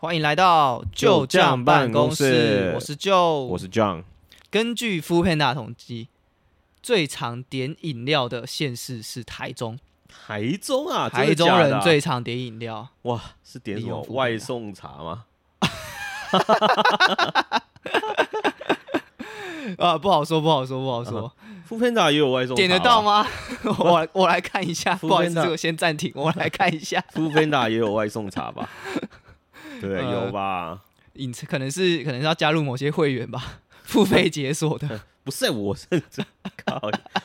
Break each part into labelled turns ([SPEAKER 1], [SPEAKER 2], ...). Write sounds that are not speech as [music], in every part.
[SPEAKER 1] 欢迎来到旧将办公室，我是旧，
[SPEAKER 2] 我是 John。
[SPEAKER 1] 根据 f o o p a n d a 统计，最常点饮料的县市是台中，
[SPEAKER 2] 台中啊，真
[SPEAKER 1] 台
[SPEAKER 2] 的
[SPEAKER 1] 中
[SPEAKER 2] 假的
[SPEAKER 1] 人
[SPEAKER 2] 啊
[SPEAKER 1] 最常点饮料。
[SPEAKER 2] 哇是点什
[SPEAKER 1] 利
[SPEAKER 2] 么
[SPEAKER 1] 用服务
[SPEAKER 2] 外
[SPEAKER 1] 的
[SPEAKER 2] 送茶吗？
[SPEAKER 1] 啊，不好说，不好说，不好
[SPEAKER 2] 啊
[SPEAKER 1] 说。
[SPEAKER 2] 富片达也有外送，
[SPEAKER 1] 点得到？吗？ [laughs] 我来我来看一下，
[SPEAKER 2] 啊 Foodpanda
[SPEAKER 1] 不好意思，这个先暂停，我来看一
[SPEAKER 2] [laughs]
[SPEAKER 1] 下。
[SPEAKER 2] 富片达也有外送茶
[SPEAKER 1] [laughs]
[SPEAKER 2] 吧？对，
[SPEAKER 1] 呃
[SPEAKER 2] 有吧？
[SPEAKER 1] 隐私可能是可能是要加入某些会员吧， [laughs] 付费解锁
[SPEAKER 2] [laughs]
[SPEAKER 1] 的。
[SPEAKER 2] 不是，我是认真靠，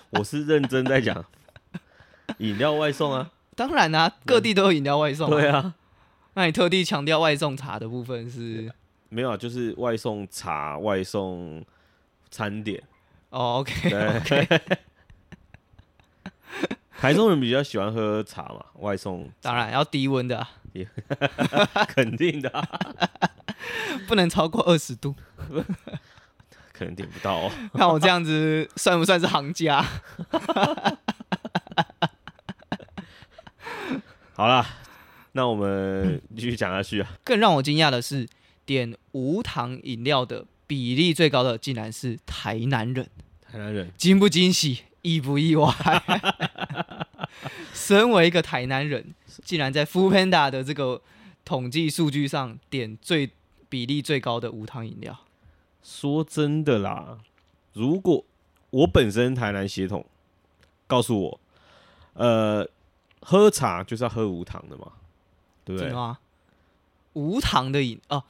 [SPEAKER 2] 我是认真在讲饮料外送啊。
[SPEAKER 1] 当然啦、各地都有饮料外送、
[SPEAKER 2] 对，啊，
[SPEAKER 1] 那你特地强调外送茶的部分是
[SPEAKER 2] 没有啊，就是外送茶、外送餐点。
[SPEAKER 1] 哦，OK，
[SPEAKER 2] 对台中人比较喜欢喝茶嘛，
[SPEAKER 1] [laughs]
[SPEAKER 2] 外送
[SPEAKER 1] 当然要低温的啊、
[SPEAKER 2] 肯定的
[SPEAKER 1] [laughs]
[SPEAKER 2] 啊、
[SPEAKER 1] 不能超过二十度。 [laughs]
[SPEAKER 2] 可能点不到哦。
[SPEAKER 1] 那我这样子算不算是行家？
[SPEAKER 2] 好啦，那我们继续讲下去啊。
[SPEAKER 1] 更让我惊讶的是，点无糖饮料的比例最高的竟然是台南人，
[SPEAKER 2] 台南人
[SPEAKER 1] 惊不惊喜，意不意外？ [laughs] 身为一个台南人，竟然在 f o o Panda 的这个统计数据上点最比例最高的无糖饮料，
[SPEAKER 2] 说真的啦，如果我本身台南血统，告诉我，呃，喝茶就是要喝无糖的嘛，对不
[SPEAKER 1] 真
[SPEAKER 2] 对
[SPEAKER 1] 的？吗？无糖的饮哦，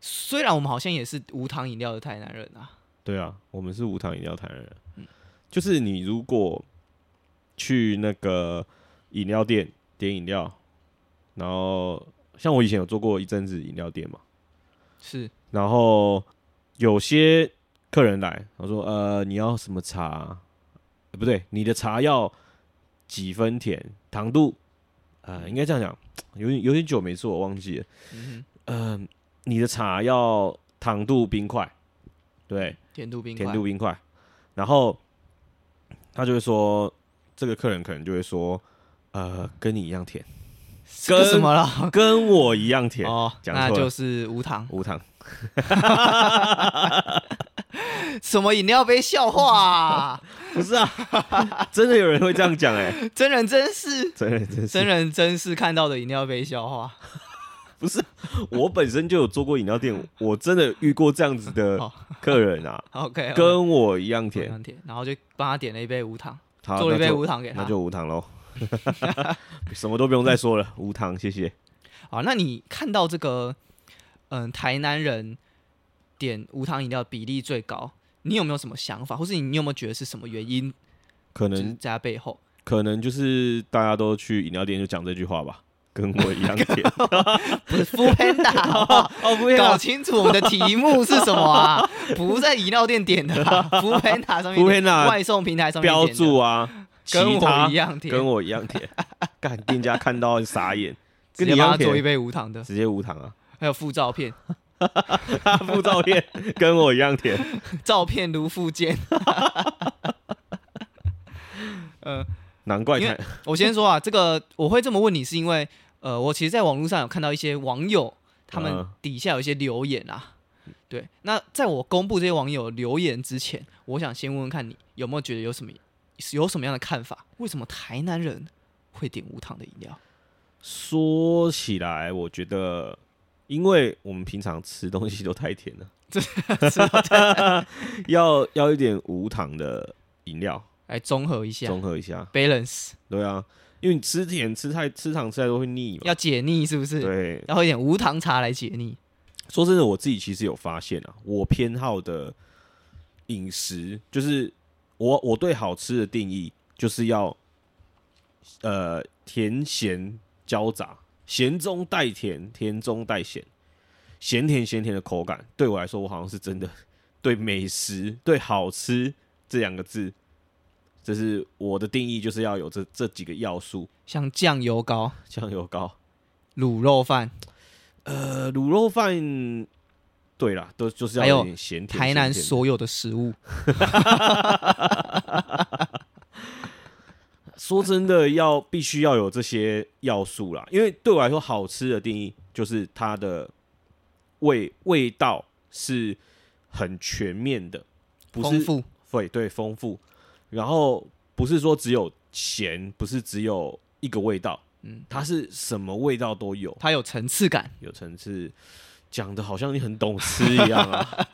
[SPEAKER 1] 虽然我们好像也是无糖饮料的台南人啊，
[SPEAKER 2] 对啊，我们是无糖饮料台南人，
[SPEAKER 1] 嗯
[SPEAKER 2] 就是你如果去那个饮料店点饮料，然后像我以前有做过一阵子饮料店嘛，
[SPEAKER 1] 是
[SPEAKER 2] 然后有些客人来，他说：“呃，你要什么茶？呃不对，你的茶要几分甜，糖度？呃，应该这样讲，有点有点久没做，我忘记了。
[SPEAKER 1] 嗯
[SPEAKER 2] 嗯、你的茶要糖度冰块，对，
[SPEAKER 1] 哼，甜度冰块，
[SPEAKER 2] 甜度冰块。然后他就会说，这个客人可能就会说，呃，跟你一样甜，
[SPEAKER 1] 这个
[SPEAKER 2] [laughs] 跟
[SPEAKER 1] 什么了？
[SPEAKER 2] 跟我一样甜，
[SPEAKER 1] 哦，
[SPEAKER 2] 讲
[SPEAKER 1] 那
[SPEAKER 2] 错了
[SPEAKER 1] 就是无糖。 [laughs]
[SPEAKER 2] 无糖。”
[SPEAKER 1] 什么饮料杯笑话、
[SPEAKER 2] [laughs]
[SPEAKER 1] 啊？
[SPEAKER 2] 不是啊， [laughs] 真的有人会这样讲哎、
[SPEAKER 1] 真人真事，
[SPEAKER 2] 真的真
[SPEAKER 1] 真
[SPEAKER 2] 是，
[SPEAKER 1] 人真事看到的饮料杯笑话。
[SPEAKER 2] 我本身就有做过饮料店，我真的遇过这样子的
[SPEAKER 1] 好
[SPEAKER 2] 客人
[SPEAKER 1] [laughs]
[SPEAKER 2] 啊，
[SPEAKER 1] OK，
[SPEAKER 2] 跟我一样甜，
[SPEAKER 1] 甜甜，然后就帮他点了一杯无糖，
[SPEAKER 2] 好，
[SPEAKER 1] 做了一
[SPEAKER 2] 那
[SPEAKER 1] 杯
[SPEAKER 2] 就
[SPEAKER 1] 无糖给
[SPEAKER 2] 那
[SPEAKER 1] 他。
[SPEAKER 2] 就无
[SPEAKER 1] [laughs]
[SPEAKER 2] 糖喽，什么都不用再说了，无糖，谢谢。
[SPEAKER 1] 啊，那你看到这个，嗯，台南人点无糖饮料比例最高，你有没有什么想法，或是你有没有觉得是什么原因？
[SPEAKER 2] 可
[SPEAKER 1] 就是
[SPEAKER 2] 能
[SPEAKER 1] 在他背后，
[SPEAKER 2] 可能就是大家都去饮料店就讲这句话吧，跟我一样甜。
[SPEAKER 1] 不是 f o o Panda，好不 [laughs]
[SPEAKER 2] [laughs]
[SPEAKER 1] 好
[SPEAKER 2] 哦，不
[SPEAKER 1] 搞清楚我们的题目是什么啊？
[SPEAKER 2] [laughs]
[SPEAKER 1] 不在饮料店点的、啊，福 Panda 上面点
[SPEAKER 2] Foodpanda
[SPEAKER 1] 外送平台上面
[SPEAKER 2] 标
[SPEAKER 1] 点的
[SPEAKER 2] 注啊，
[SPEAKER 1] 跟
[SPEAKER 2] 其他
[SPEAKER 1] 我一样点，
[SPEAKER 2] 跟我一样甜，
[SPEAKER 1] [laughs]
[SPEAKER 2] 干店家看到傻眼，
[SPEAKER 1] 直
[SPEAKER 2] 跟
[SPEAKER 1] 接
[SPEAKER 2] 你一
[SPEAKER 1] 帮他
[SPEAKER 2] 样
[SPEAKER 1] 做一
[SPEAKER 2] 甜，
[SPEAKER 1] 杯无糖的，
[SPEAKER 2] 直接无糖啊， [laughs]
[SPEAKER 1] 还有附照片， [laughs]
[SPEAKER 2] 他附照片跟我一样甜。
[SPEAKER 1] 照片如附件。 [laughs] 呃，
[SPEAKER 2] 难怪
[SPEAKER 1] 因
[SPEAKER 2] 台
[SPEAKER 1] 为我先说啊，这个我会这么问你，是因为呃，我其实在网络上有看到一些网友他们
[SPEAKER 2] 嗯
[SPEAKER 1] 底下有一些留言啊。对，那在我公布这些网友留言之前，我想先问问看你有没有觉得有什么有什么样的看法？为什么台南人会点无糖的饮料？
[SPEAKER 2] 说起来，我觉得，因为我们平常吃东西都太甜了，要要一点无糖的饮料
[SPEAKER 1] 来综合一下
[SPEAKER 2] 综合一下。
[SPEAKER 1] ，balance
[SPEAKER 2] 对啊，因为你吃甜吃太吃糖吃太多会腻嘛。
[SPEAKER 1] 要解腻是不是？
[SPEAKER 2] 对，
[SPEAKER 1] 然后一点无糖茶来解腻。
[SPEAKER 2] 说真的，我自己其实有发现啊，我偏好的饮食就是我我对好吃的定义就是要呃甜咸交杂，咸中带甜，甜中带咸，咸甜咸甜的口感对我来说，我好像是真的对美食对好吃这两个字，这是我的定义，就是要有这这几个要素： [laughs]
[SPEAKER 1] 像酱油膏、
[SPEAKER 2] 酱油膏、
[SPEAKER 1] 卤肉饭，
[SPEAKER 2] 呃卤肉饭。对啦，都就是要
[SPEAKER 1] 还有
[SPEAKER 2] 有点咸甜。
[SPEAKER 1] 台南
[SPEAKER 2] 咸甜的
[SPEAKER 1] 所有的食物，
[SPEAKER 2] 说真的要，必须要有这些要素啦，因为对我来说，好吃的定义就是它的味味道是很全面的，不
[SPEAKER 1] 丰
[SPEAKER 2] 是
[SPEAKER 1] 富
[SPEAKER 2] 对对丰富，然后不是说只有咸，不是只有一个味道，
[SPEAKER 1] 嗯，
[SPEAKER 2] 它是什么味道都有，
[SPEAKER 1] 它有层次感。
[SPEAKER 2] 有层次，讲的好像你很懂吃一样啊。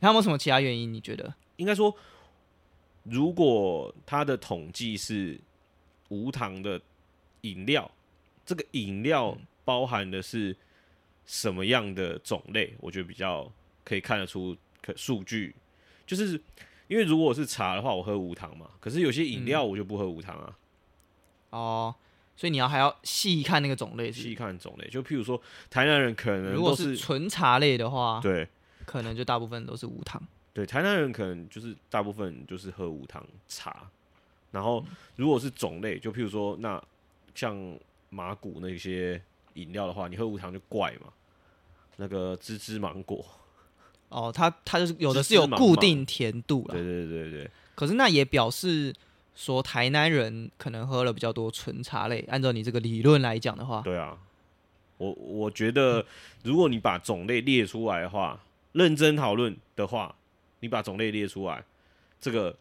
[SPEAKER 1] 还有没有什么其他原因？你觉得？
[SPEAKER 2] 应该说，如果它的统计是无糖的饮料，这个饮料
[SPEAKER 1] 嗯
[SPEAKER 2] 包含的是什么样的种类，我觉得比较可以看得出可数据，就是。因为如果是茶的话，我喝无糖嘛。可是有些
[SPEAKER 1] 嗯
[SPEAKER 2] 饮料我就不喝无糖啊。
[SPEAKER 1] 哦，所以你要还要细看那个种类是不
[SPEAKER 2] 细
[SPEAKER 1] 是。
[SPEAKER 2] 看种类，就譬如说台南人可能
[SPEAKER 1] 如
[SPEAKER 2] 都
[SPEAKER 1] 果是
[SPEAKER 2] 是
[SPEAKER 1] 纯茶类的话，
[SPEAKER 2] 对
[SPEAKER 1] 可能就大部分都是无糖。
[SPEAKER 2] 对，台南人可能就是大部分就是喝无糖茶，然后如果是种类，就譬如说那像麻古那些饮料的话，你喝无糖就怪嘛。那个芝芝芒果，
[SPEAKER 1] 哦，它它就是有的
[SPEAKER 2] 芝
[SPEAKER 1] 是有
[SPEAKER 2] 芝麻
[SPEAKER 1] 固
[SPEAKER 2] 麻
[SPEAKER 1] 定甜度
[SPEAKER 2] 对
[SPEAKER 1] 了，
[SPEAKER 2] 对对对
[SPEAKER 1] 可是那也表示说台南人可能喝了比较多纯茶类。按照你这个理论来讲的话，
[SPEAKER 2] 对啊！我我觉得，如果你把种类列出来的话，认真讨论的话，你把种类列出来，这个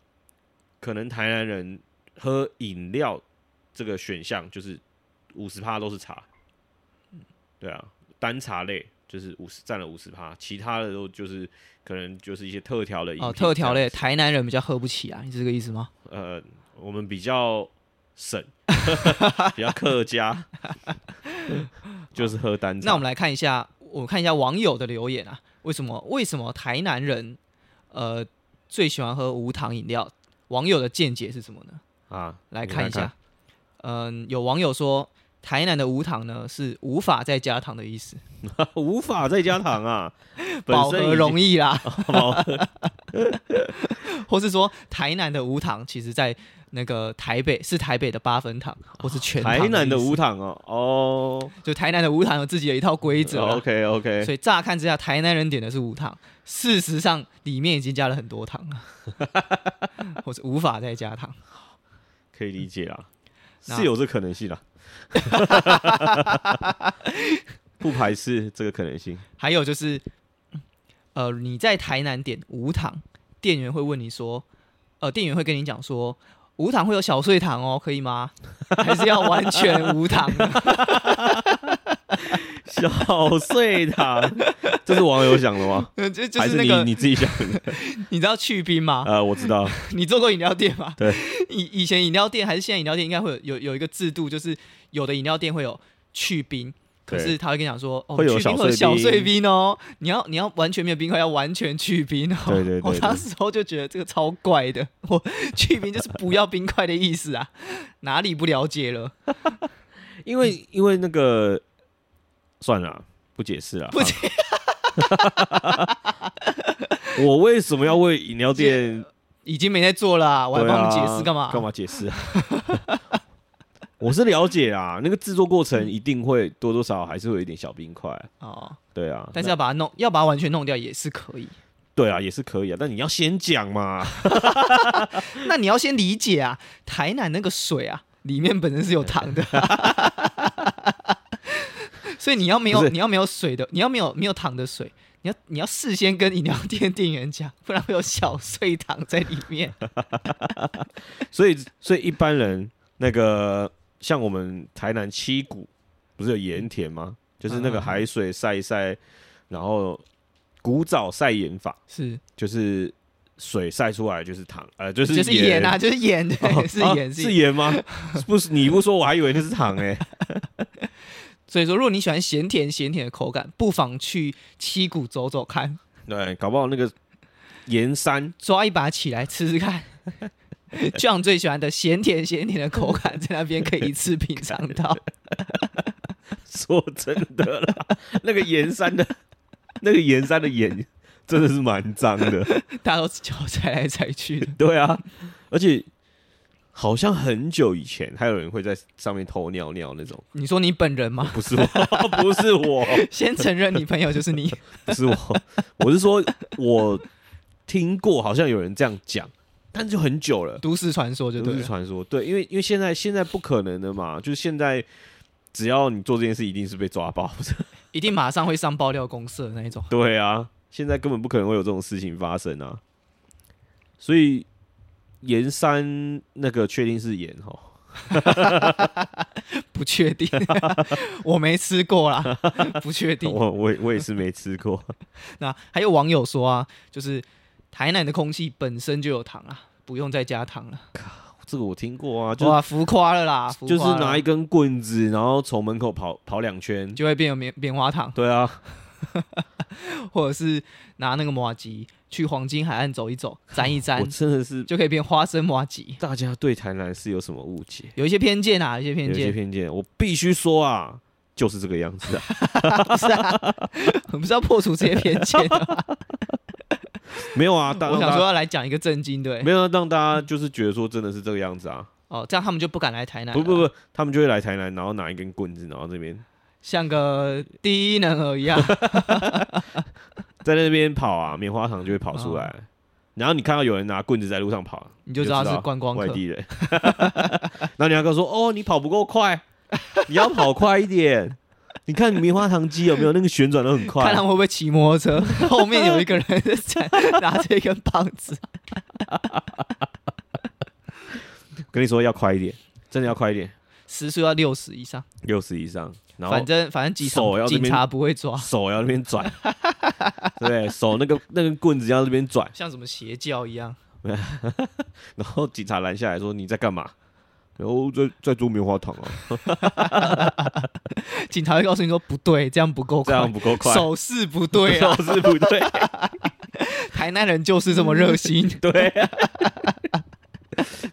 [SPEAKER 2] 可能台南人喝饮料这个选项就是五十趴都是茶，对啊，单茶类就是五十占了五十趴，其他的都就是可能就是一些特调的饮
[SPEAKER 1] 哦，
[SPEAKER 2] 品
[SPEAKER 1] 特调
[SPEAKER 2] 这
[SPEAKER 1] 类
[SPEAKER 2] 样
[SPEAKER 1] 台南人比较喝不起啊，你是这个意思吗？
[SPEAKER 2] 呃，我们比较省， [laughs] 比较客家， [laughs] 就是喝单
[SPEAKER 1] 那我
[SPEAKER 2] 茶。
[SPEAKER 1] 们来看一下，我看一下网友的留言啊，为什么为什么台南人呃最喜欢喝无糖饮料？网友的见解是什么呢？
[SPEAKER 2] 啊，
[SPEAKER 1] 来
[SPEAKER 2] 你
[SPEAKER 1] 看一下，嗯、有网友说台南的无糖呢是无法再加糖的意
[SPEAKER 2] [laughs]
[SPEAKER 1] 思，
[SPEAKER 2] 看， [laughs] 无法再加
[SPEAKER 1] [laughs]
[SPEAKER 2] 糖啊，
[SPEAKER 1] 饱和容
[SPEAKER 2] 易
[SPEAKER 1] 易
[SPEAKER 2] [laughs]
[SPEAKER 1] 啦， [laughs] 或是说台南的无糖其实在那个台北是台北的八分糖或是全糖
[SPEAKER 2] 台南
[SPEAKER 1] 的
[SPEAKER 2] 的
[SPEAKER 1] 意思
[SPEAKER 2] 无糖哦，哦，
[SPEAKER 1] 就台南的无糖有自己的一套规则啊啦
[SPEAKER 2] OK OK，
[SPEAKER 1] 所以乍看之下，台南人点的是无糖，事实上里面已经加了很多糖了，
[SPEAKER 2] [laughs]
[SPEAKER 1] 我是无法再加糖。
[SPEAKER 2] 可以理解啦，
[SPEAKER 1] 那
[SPEAKER 2] 是有这可能
[SPEAKER 1] [laughs]
[SPEAKER 2] 性啦，不排斥这个可能性。
[SPEAKER 1] 还有就是，呃，你在台南点无糖，店员会问你说，呃，店员会跟你讲说，无糖会有小碎糖哦，可以吗？还是要完全无糖？
[SPEAKER 2] 小碎糖，这是网友想的吗？
[SPEAKER 1] 呃 [laughs] 就就
[SPEAKER 2] 还
[SPEAKER 1] 是
[SPEAKER 2] 是
[SPEAKER 1] 那
[SPEAKER 2] 你
[SPEAKER 1] 个，啊
[SPEAKER 2] 你自己想
[SPEAKER 1] [laughs]
[SPEAKER 2] 的？
[SPEAKER 1] 你知道去冰吗？
[SPEAKER 2] 呃，我知道，
[SPEAKER 1] [laughs] 你做过饮料店吗？
[SPEAKER 2] [laughs] 对，
[SPEAKER 1] 以以前饮料店还是现在饮料店，应该会有有有一个制度，就是有的饮料店会有去冰，可
[SPEAKER 2] 对
[SPEAKER 1] 是他会跟你讲说，哦，
[SPEAKER 2] 会有
[SPEAKER 1] 去冰
[SPEAKER 2] 小
[SPEAKER 1] 会有
[SPEAKER 2] 碎
[SPEAKER 1] 小碎
[SPEAKER 2] 冰
[SPEAKER 1] 冰哦，你要你要完全没有冰块，要完全去冰哦。
[SPEAKER 2] 对对对
[SPEAKER 1] 我
[SPEAKER 2] 对
[SPEAKER 1] 当时候就觉得这个超怪的， [laughs] 我去冰就是不要冰块的意思啊，哪里不了解了？
[SPEAKER 2] 因为因为那个算了啊，不解释了。
[SPEAKER 1] 不解
[SPEAKER 2] 啊 [laughs] 我为什么要为饮料店？
[SPEAKER 1] 已经没在做了啊、我还
[SPEAKER 2] 对啊
[SPEAKER 1] 帮你解释干嘛？
[SPEAKER 2] 干嘛解释啊？ [laughs] 我是了解啊，那个制作过程一定会多多少少还是会有一点小冰块，
[SPEAKER 1] 哦，
[SPEAKER 2] 对啊。
[SPEAKER 1] 但是
[SPEAKER 2] 那
[SPEAKER 1] 要把它弄，要把它完全弄掉也是可以。
[SPEAKER 2] 对啊，也是可以啊，但你要先讲嘛。 [laughs]
[SPEAKER 1] [laughs] 那你要先理解啊，台南那个水啊，里面本身是有糖的、 [laughs] 所以你要没
[SPEAKER 2] 不
[SPEAKER 1] 有
[SPEAKER 2] 是
[SPEAKER 1] 你要没有水的，你要没有没有糖的水，你要你要事先跟饮料店店员讲，不然会有小碎糖在里
[SPEAKER 2] [laughs]
[SPEAKER 1] 面。
[SPEAKER 2] 所以所以一般人那个像我们台南七股不是有盐田吗？就是那
[SPEAKER 1] 嗯嗯
[SPEAKER 2] 个
[SPEAKER 1] 嗯
[SPEAKER 2] 海水晒一晒，然后古早晒盐法，
[SPEAKER 1] 是，
[SPEAKER 2] 就是水晒出来就是糖，呃，就是
[SPEAKER 1] 就是
[SPEAKER 2] 盐
[SPEAKER 1] 盐啊，就是盐，对，
[SPEAKER 2] [laughs] 哦
[SPEAKER 1] 是
[SPEAKER 2] 啊
[SPEAKER 1] 盐、
[SPEAKER 2] 是
[SPEAKER 1] 盐。
[SPEAKER 2] 盐吗？不是，你不说我还以为那是糖哎、
[SPEAKER 1] 所以说，如果你喜欢咸甜咸甜的口感，不妨去七股走走看，
[SPEAKER 2] 对，搞不好那个盐山
[SPEAKER 1] 抓一把起来吃吃
[SPEAKER 2] [laughs]
[SPEAKER 1] 看。John 最喜欢的咸甜咸甜的口感，在那边可以一次品尝到。
[SPEAKER 2] 说真的啦， [laughs] 那个盐山的，那个盐山的盐真的是蛮脏
[SPEAKER 1] [laughs]
[SPEAKER 2] 的。
[SPEAKER 1] 大家都是脚踩来踩去的。 [laughs]
[SPEAKER 2] 对啊，而且好像很久以前还有人会在上面偷尿尿那种，
[SPEAKER 1] 你说你本人吗？ [laughs]
[SPEAKER 2] 不是我，不是我，
[SPEAKER 1] 先承认你朋友就是
[SPEAKER 2] [laughs]
[SPEAKER 1] 你
[SPEAKER 2] 不是我，我是说我听过，好像有人这样讲，但就很久了。
[SPEAKER 1] 都市传说就
[SPEAKER 2] 都
[SPEAKER 1] 对
[SPEAKER 2] 市
[SPEAKER 1] 了。
[SPEAKER 2] 传说，对，因为因为现在现在不可能的嘛，就是现在只要你做这件事，一定是被抓包的。
[SPEAKER 1] 一定马上会上爆料公社的那一种。 [laughs]
[SPEAKER 2] [laughs] 对啊，现在根本不可能会有这种事情发生啊。所以盐山那个确定是盐哈，
[SPEAKER 1] 不确
[SPEAKER 2] [laughs]
[SPEAKER 1] 定，我没吃过啦，不确定。
[SPEAKER 2] 我我也我也是没吃过。
[SPEAKER 1] 那还有网友说啊，就是台南的空气本身就有糖啊，不用再加糖了。
[SPEAKER 2] [laughs] 这个我听过啊，就
[SPEAKER 1] 哇，浮夸了啦，浮夸
[SPEAKER 2] 就
[SPEAKER 1] 了
[SPEAKER 2] 是拿一根棍子，然后从门口跑跑两圈。
[SPEAKER 1] 就会变成棉棉花糖，
[SPEAKER 2] 对啊，
[SPEAKER 1] 或者是拿那个麻吉去黄金海岸走一走，沾一
[SPEAKER 2] [laughs] 我
[SPEAKER 1] 沾，
[SPEAKER 2] 真的是
[SPEAKER 1] 就可以变花生麻吉。
[SPEAKER 2] 大家对台南是有什么误解？
[SPEAKER 1] 有一些偏见啊，有一些偏
[SPEAKER 2] 有一些
[SPEAKER 1] [laughs] 见，
[SPEAKER 2] 偏见，我必须说啊，就是这个样 [laughs] 子啊。
[SPEAKER 1] 不是啊，我们是要破除这些偏见的。
[SPEAKER 2] 没有啊，大
[SPEAKER 1] 我想说
[SPEAKER 2] 大
[SPEAKER 1] 要来讲一个震惊，对
[SPEAKER 2] 家，没有啊让大家就是觉得说真的是这个样子啊。
[SPEAKER 1] 哦，这样他们就不敢来台南。
[SPEAKER 2] 不不，不，他们就会来台南，然后拿一根棍子，然后这边
[SPEAKER 1] 像个低能儿
[SPEAKER 2] [laughs]
[SPEAKER 1] 一样。
[SPEAKER 2] 在那边跑啊，棉花糖就会跑出
[SPEAKER 1] 哦
[SPEAKER 2] 来。然后你看到有人拿棍子在路上跑，
[SPEAKER 1] 你就知道是观光客
[SPEAKER 2] 外地人。 [laughs] 然后你要跟他说：“哦，你跑不够快， [laughs] 你要跑快一点。 [laughs] 你看棉花糖机有没有那个旋转都很
[SPEAKER 1] 看
[SPEAKER 2] 快
[SPEAKER 1] 他。们会不会骑摩托车，
[SPEAKER 2] [laughs]
[SPEAKER 1] 后面有一个人在站拿着一根棒子，
[SPEAKER 2] 跟你说要快一点，真的要快一点，
[SPEAKER 1] 时速要六十以上，
[SPEAKER 2] 六十以上。然
[SPEAKER 1] 反
[SPEAKER 2] 后
[SPEAKER 1] 正反正警
[SPEAKER 2] 手
[SPEAKER 1] 察
[SPEAKER 2] 要这
[SPEAKER 1] 警
[SPEAKER 2] 边
[SPEAKER 1] 察不会抓，
[SPEAKER 2] 手要那边转， [laughs] 对，手那个那根棍子要这边转。
[SPEAKER 1] 像什么邪教一样。 [laughs]
[SPEAKER 2] 然后警察拦下来说：你在干嘛？然后在在做棉花糖啊，
[SPEAKER 1] 警察会告诉你说不对，这样不够
[SPEAKER 2] 这
[SPEAKER 1] 快，
[SPEAKER 2] 样不够快。 [laughs]
[SPEAKER 1] 手势不对啊，
[SPEAKER 2] 手是不对，。
[SPEAKER 1] 台南人就是这么热心
[SPEAKER 2] [laughs] 对，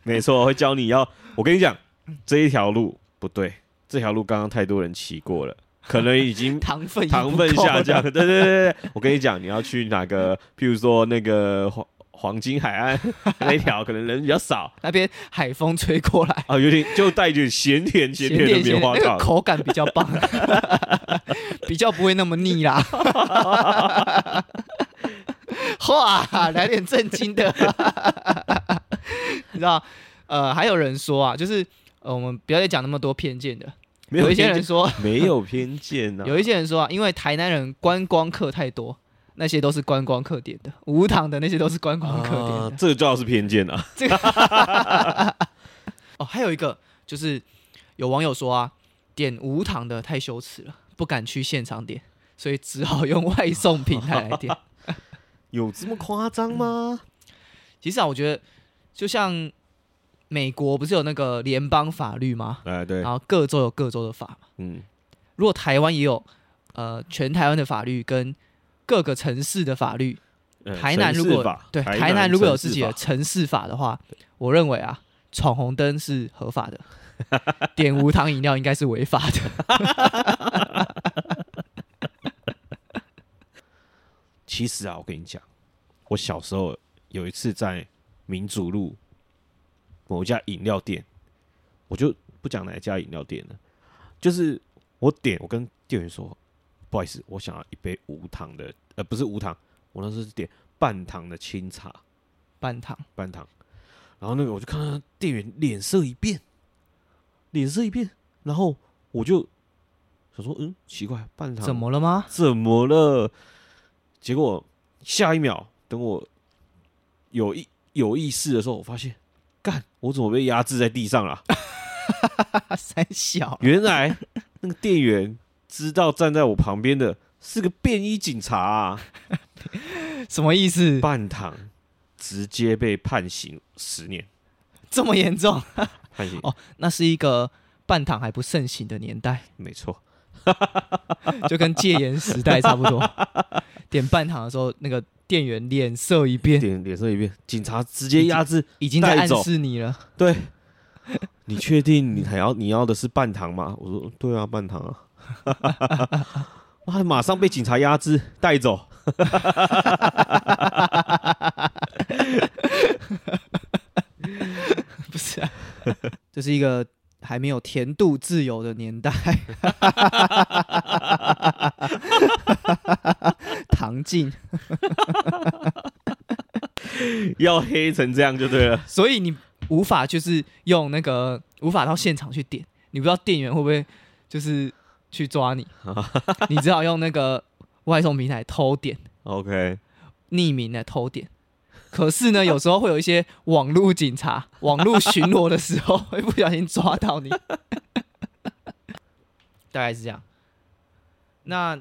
[SPEAKER 2] 没错，会教你要。我跟你讲，这一条路不对，这条路刚刚太多人骑过了，可能已经
[SPEAKER 1] 糖分已经不
[SPEAKER 2] 糖分
[SPEAKER 1] 够
[SPEAKER 2] 下
[SPEAKER 1] 了
[SPEAKER 2] 降。对对对对，我跟你讲，你要去哪个，譬如说那个黄黄金海岸那一条，可能人比较少
[SPEAKER 1] [laughs] 那边海风吹过来，
[SPEAKER 2] 啊，有点就带一点咸甜咸甜的棉
[SPEAKER 1] 咸
[SPEAKER 2] 花
[SPEAKER 1] 那个
[SPEAKER 2] 糖。
[SPEAKER 1] 口感比较
[SPEAKER 2] [laughs]
[SPEAKER 1] 棒，比较不会那么腻啦。哇，来点正经的，你知道？呃，还有人说啊，就是呃，我们不要再讲那么多偏见的。
[SPEAKER 2] 没有
[SPEAKER 1] 一些
[SPEAKER 2] 偏
[SPEAKER 1] 人
[SPEAKER 2] 见，
[SPEAKER 1] 说，
[SPEAKER 2] 没有偏见呐、
[SPEAKER 1] 有一些人说啊，因为台南人观光客太多，那些都是观光客点的，无糖的那些都是观光客点的。
[SPEAKER 2] 啊，这个叫是偏见啊！
[SPEAKER 1] 这个哦，还有一个就是有网友说啊，点无糖的太羞耻了，不敢去现场点，所以只好用外送平台来点。
[SPEAKER 2] 有这么夸张吗？
[SPEAKER 1] 其实啊，我觉得就像美国不是有那个联邦法律吗？
[SPEAKER 2] 哎，对
[SPEAKER 1] 然，后各州有各州的法嘛。
[SPEAKER 2] 嗯，
[SPEAKER 1] 如果台湾也有呃全台湾的法律跟各个城市的法律，
[SPEAKER 2] 呃
[SPEAKER 1] 台南如果
[SPEAKER 2] 城市法
[SPEAKER 1] 对
[SPEAKER 2] 台
[SPEAKER 1] 台南如果有自
[SPEAKER 2] 城市
[SPEAKER 1] 己的
[SPEAKER 2] 法
[SPEAKER 1] 城市法的话，我认为啊，闯红灯是合法的，点无糖饮料应该是违法的。
[SPEAKER 2] 其实啊，我跟你讲，我小时候有一次在民主路某一家饮料店，我就不讲哪一家饮料店了，就是我点，我跟店员说，不好意思，我想要一杯无糖的，呃，不是无糖，我那时候是点半糖的清茶，
[SPEAKER 1] 半糖，
[SPEAKER 2] 半糖。然后那个我就看到店员脸色一变，脸色一变，然后我就想说，嗯，奇怪，半糖
[SPEAKER 1] 怎么了吗？
[SPEAKER 2] 怎么了？结果下一秒，等我有意有意识的时候，我发现，干，我怎么被压制在地上了？ [laughs]
[SPEAKER 1] 三小，
[SPEAKER 2] 原来那个店员知道站在我旁边的是个便衣警察、 [laughs] 啊，
[SPEAKER 1] 什么意思？
[SPEAKER 2] 半糖直接被判刑十年，
[SPEAKER 1] 这么严重？
[SPEAKER 2] 判刑，
[SPEAKER 1] 哦那是一个半糖还不盛行的年
[SPEAKER 2] [laughs]
[SPEAKER 1] 代，
[SPEAKER 2] 没错，
[SPEAKER 1] 就跟戒严时代差不多。点半糖的时候，那个店员脸色一变，
[SPEAKER 2] 脸脸色一变，警察直接压制，
[SPEAKER 1] 已经在
[SPEAKER 2] 带
[SPEAKER 1] 暗
[SPEAKER 2] 走
[SPEAKER 1] 示你了。
[SPEAKER 2] 对。你确定你还要你要的是半糖吗？我说对啊，半糖啊！ [laughs] 妈的，马上被警察压制带走，
[SPEAKER 1] 不是、啊，这是一个还没有甜度自由的年代，唐静。
[SPEAKER 2] [laughs] 要黑成这样就对了。
[SPEAKER 1] 所以你无法就是用那个无法到现场去点，你不知道店员会不会就是去抓
[SPEAKER 2] [laughs]
[SPEAKER 1] 你，你只好用那个外送平台偷点，
[SPEAKER 2] OK，
[SPEAKER 1] 匿名的偷点。可是呢，有时候会有一些网络警察、网络巡逻的时候，会不小心抓到
[SPEAKER 2] [laughs]
[SPEAKER 1] 你。大概是这样。那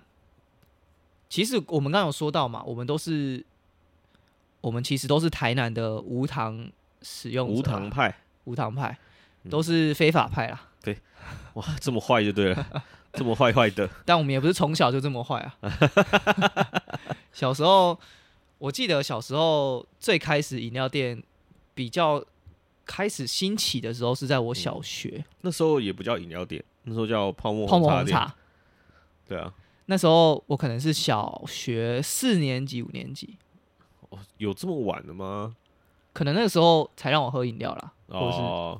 [SPEAKER 1] 其实我们刚刚有说到嘛，我们都是，我们其实都是台南的无糖使用者啊
[SPEAKER 2] 无糖派， [laughs]
[SPEAKER 1] 无糖派，
[SPEAKER 2] 嗯
[SPEAKER 1] 都是非法派啦。
[SPEAKER 2] 哇，这么坏就对
[SPEAKER 1] [laughs]
[SPEAKER 2] 了，这么坏坏的，
[SPEAKER 1] 但我们也不是从小就这么坏啊。 [laughs] 小时候，我记得小时候最开始饮料店比较开始兴起的时候是在我小学、
[SPEAKER 2] 那时候也不叫饮料店，那时候叫泡沫
[SPEAKER 1] 泡沫
[SPEAKER 2] 茶
[SPEAKER 1] 红
[SPEAKER 2] 店。
[SPEAKER 1] 茶。
[SPEAKER 2] 对啊，
[SPEAKER 1] 那时候我可能是小学四年级、五年级，
[SPEAKER 2] 哦有这么晚的吗？
[SPEAKER 1] 可能那个时候才让我喝饮料啦。或是
[SPEAKER 2] 哦，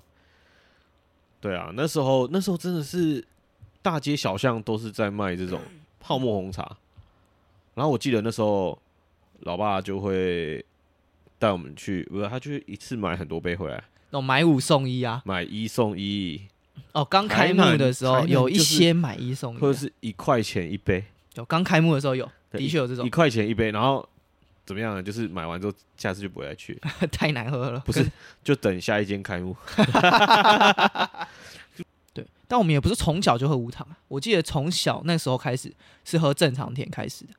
[SPEAKER 2] 对啊，那时候那时候真的是大街小巷都是在卖这种泡沫红茶，然后我记得那时候老爸就会带我们去，不是他就一次买很多杯回来，
[SPEAKER 1] 那种买五送一啊，
[SPEAKER 2] 买一送一，
[SPEAKER 1] 哦，刚开幕的时
[SPEAKER 2] 台
[SPEAKER 1] 候
[SPEAKER 2] 南
[SPEAKER 1] 有一
[SPEAKER 2] 就是
[SPEAKER 1] 些买一送一
[SPEAKER 2] 或者
[SPEAKER 1] 啊，
[SPEAKER 2] 是一块钱一杯，
[SPEAKER 1] 有刚开幕的时候有，
[SPEAKER 2] 对
[SPEAKER 1] 的确有这种
[SPEAKER 2] 一，块钱一杯，然后怎么样呢？就是买完之后，下次就不会
[SPEAKER 1] [laughs]
[SPEAKER 2] 再去，
[SPEAKER 1] 太难喝了。
[SPEAKER 2] 不是，就等下一间开幕。
[SPEAKER 1] 对，但我们也不是从小就喝无糖啊。我记得从小那时候开始是喝正常甜开始的。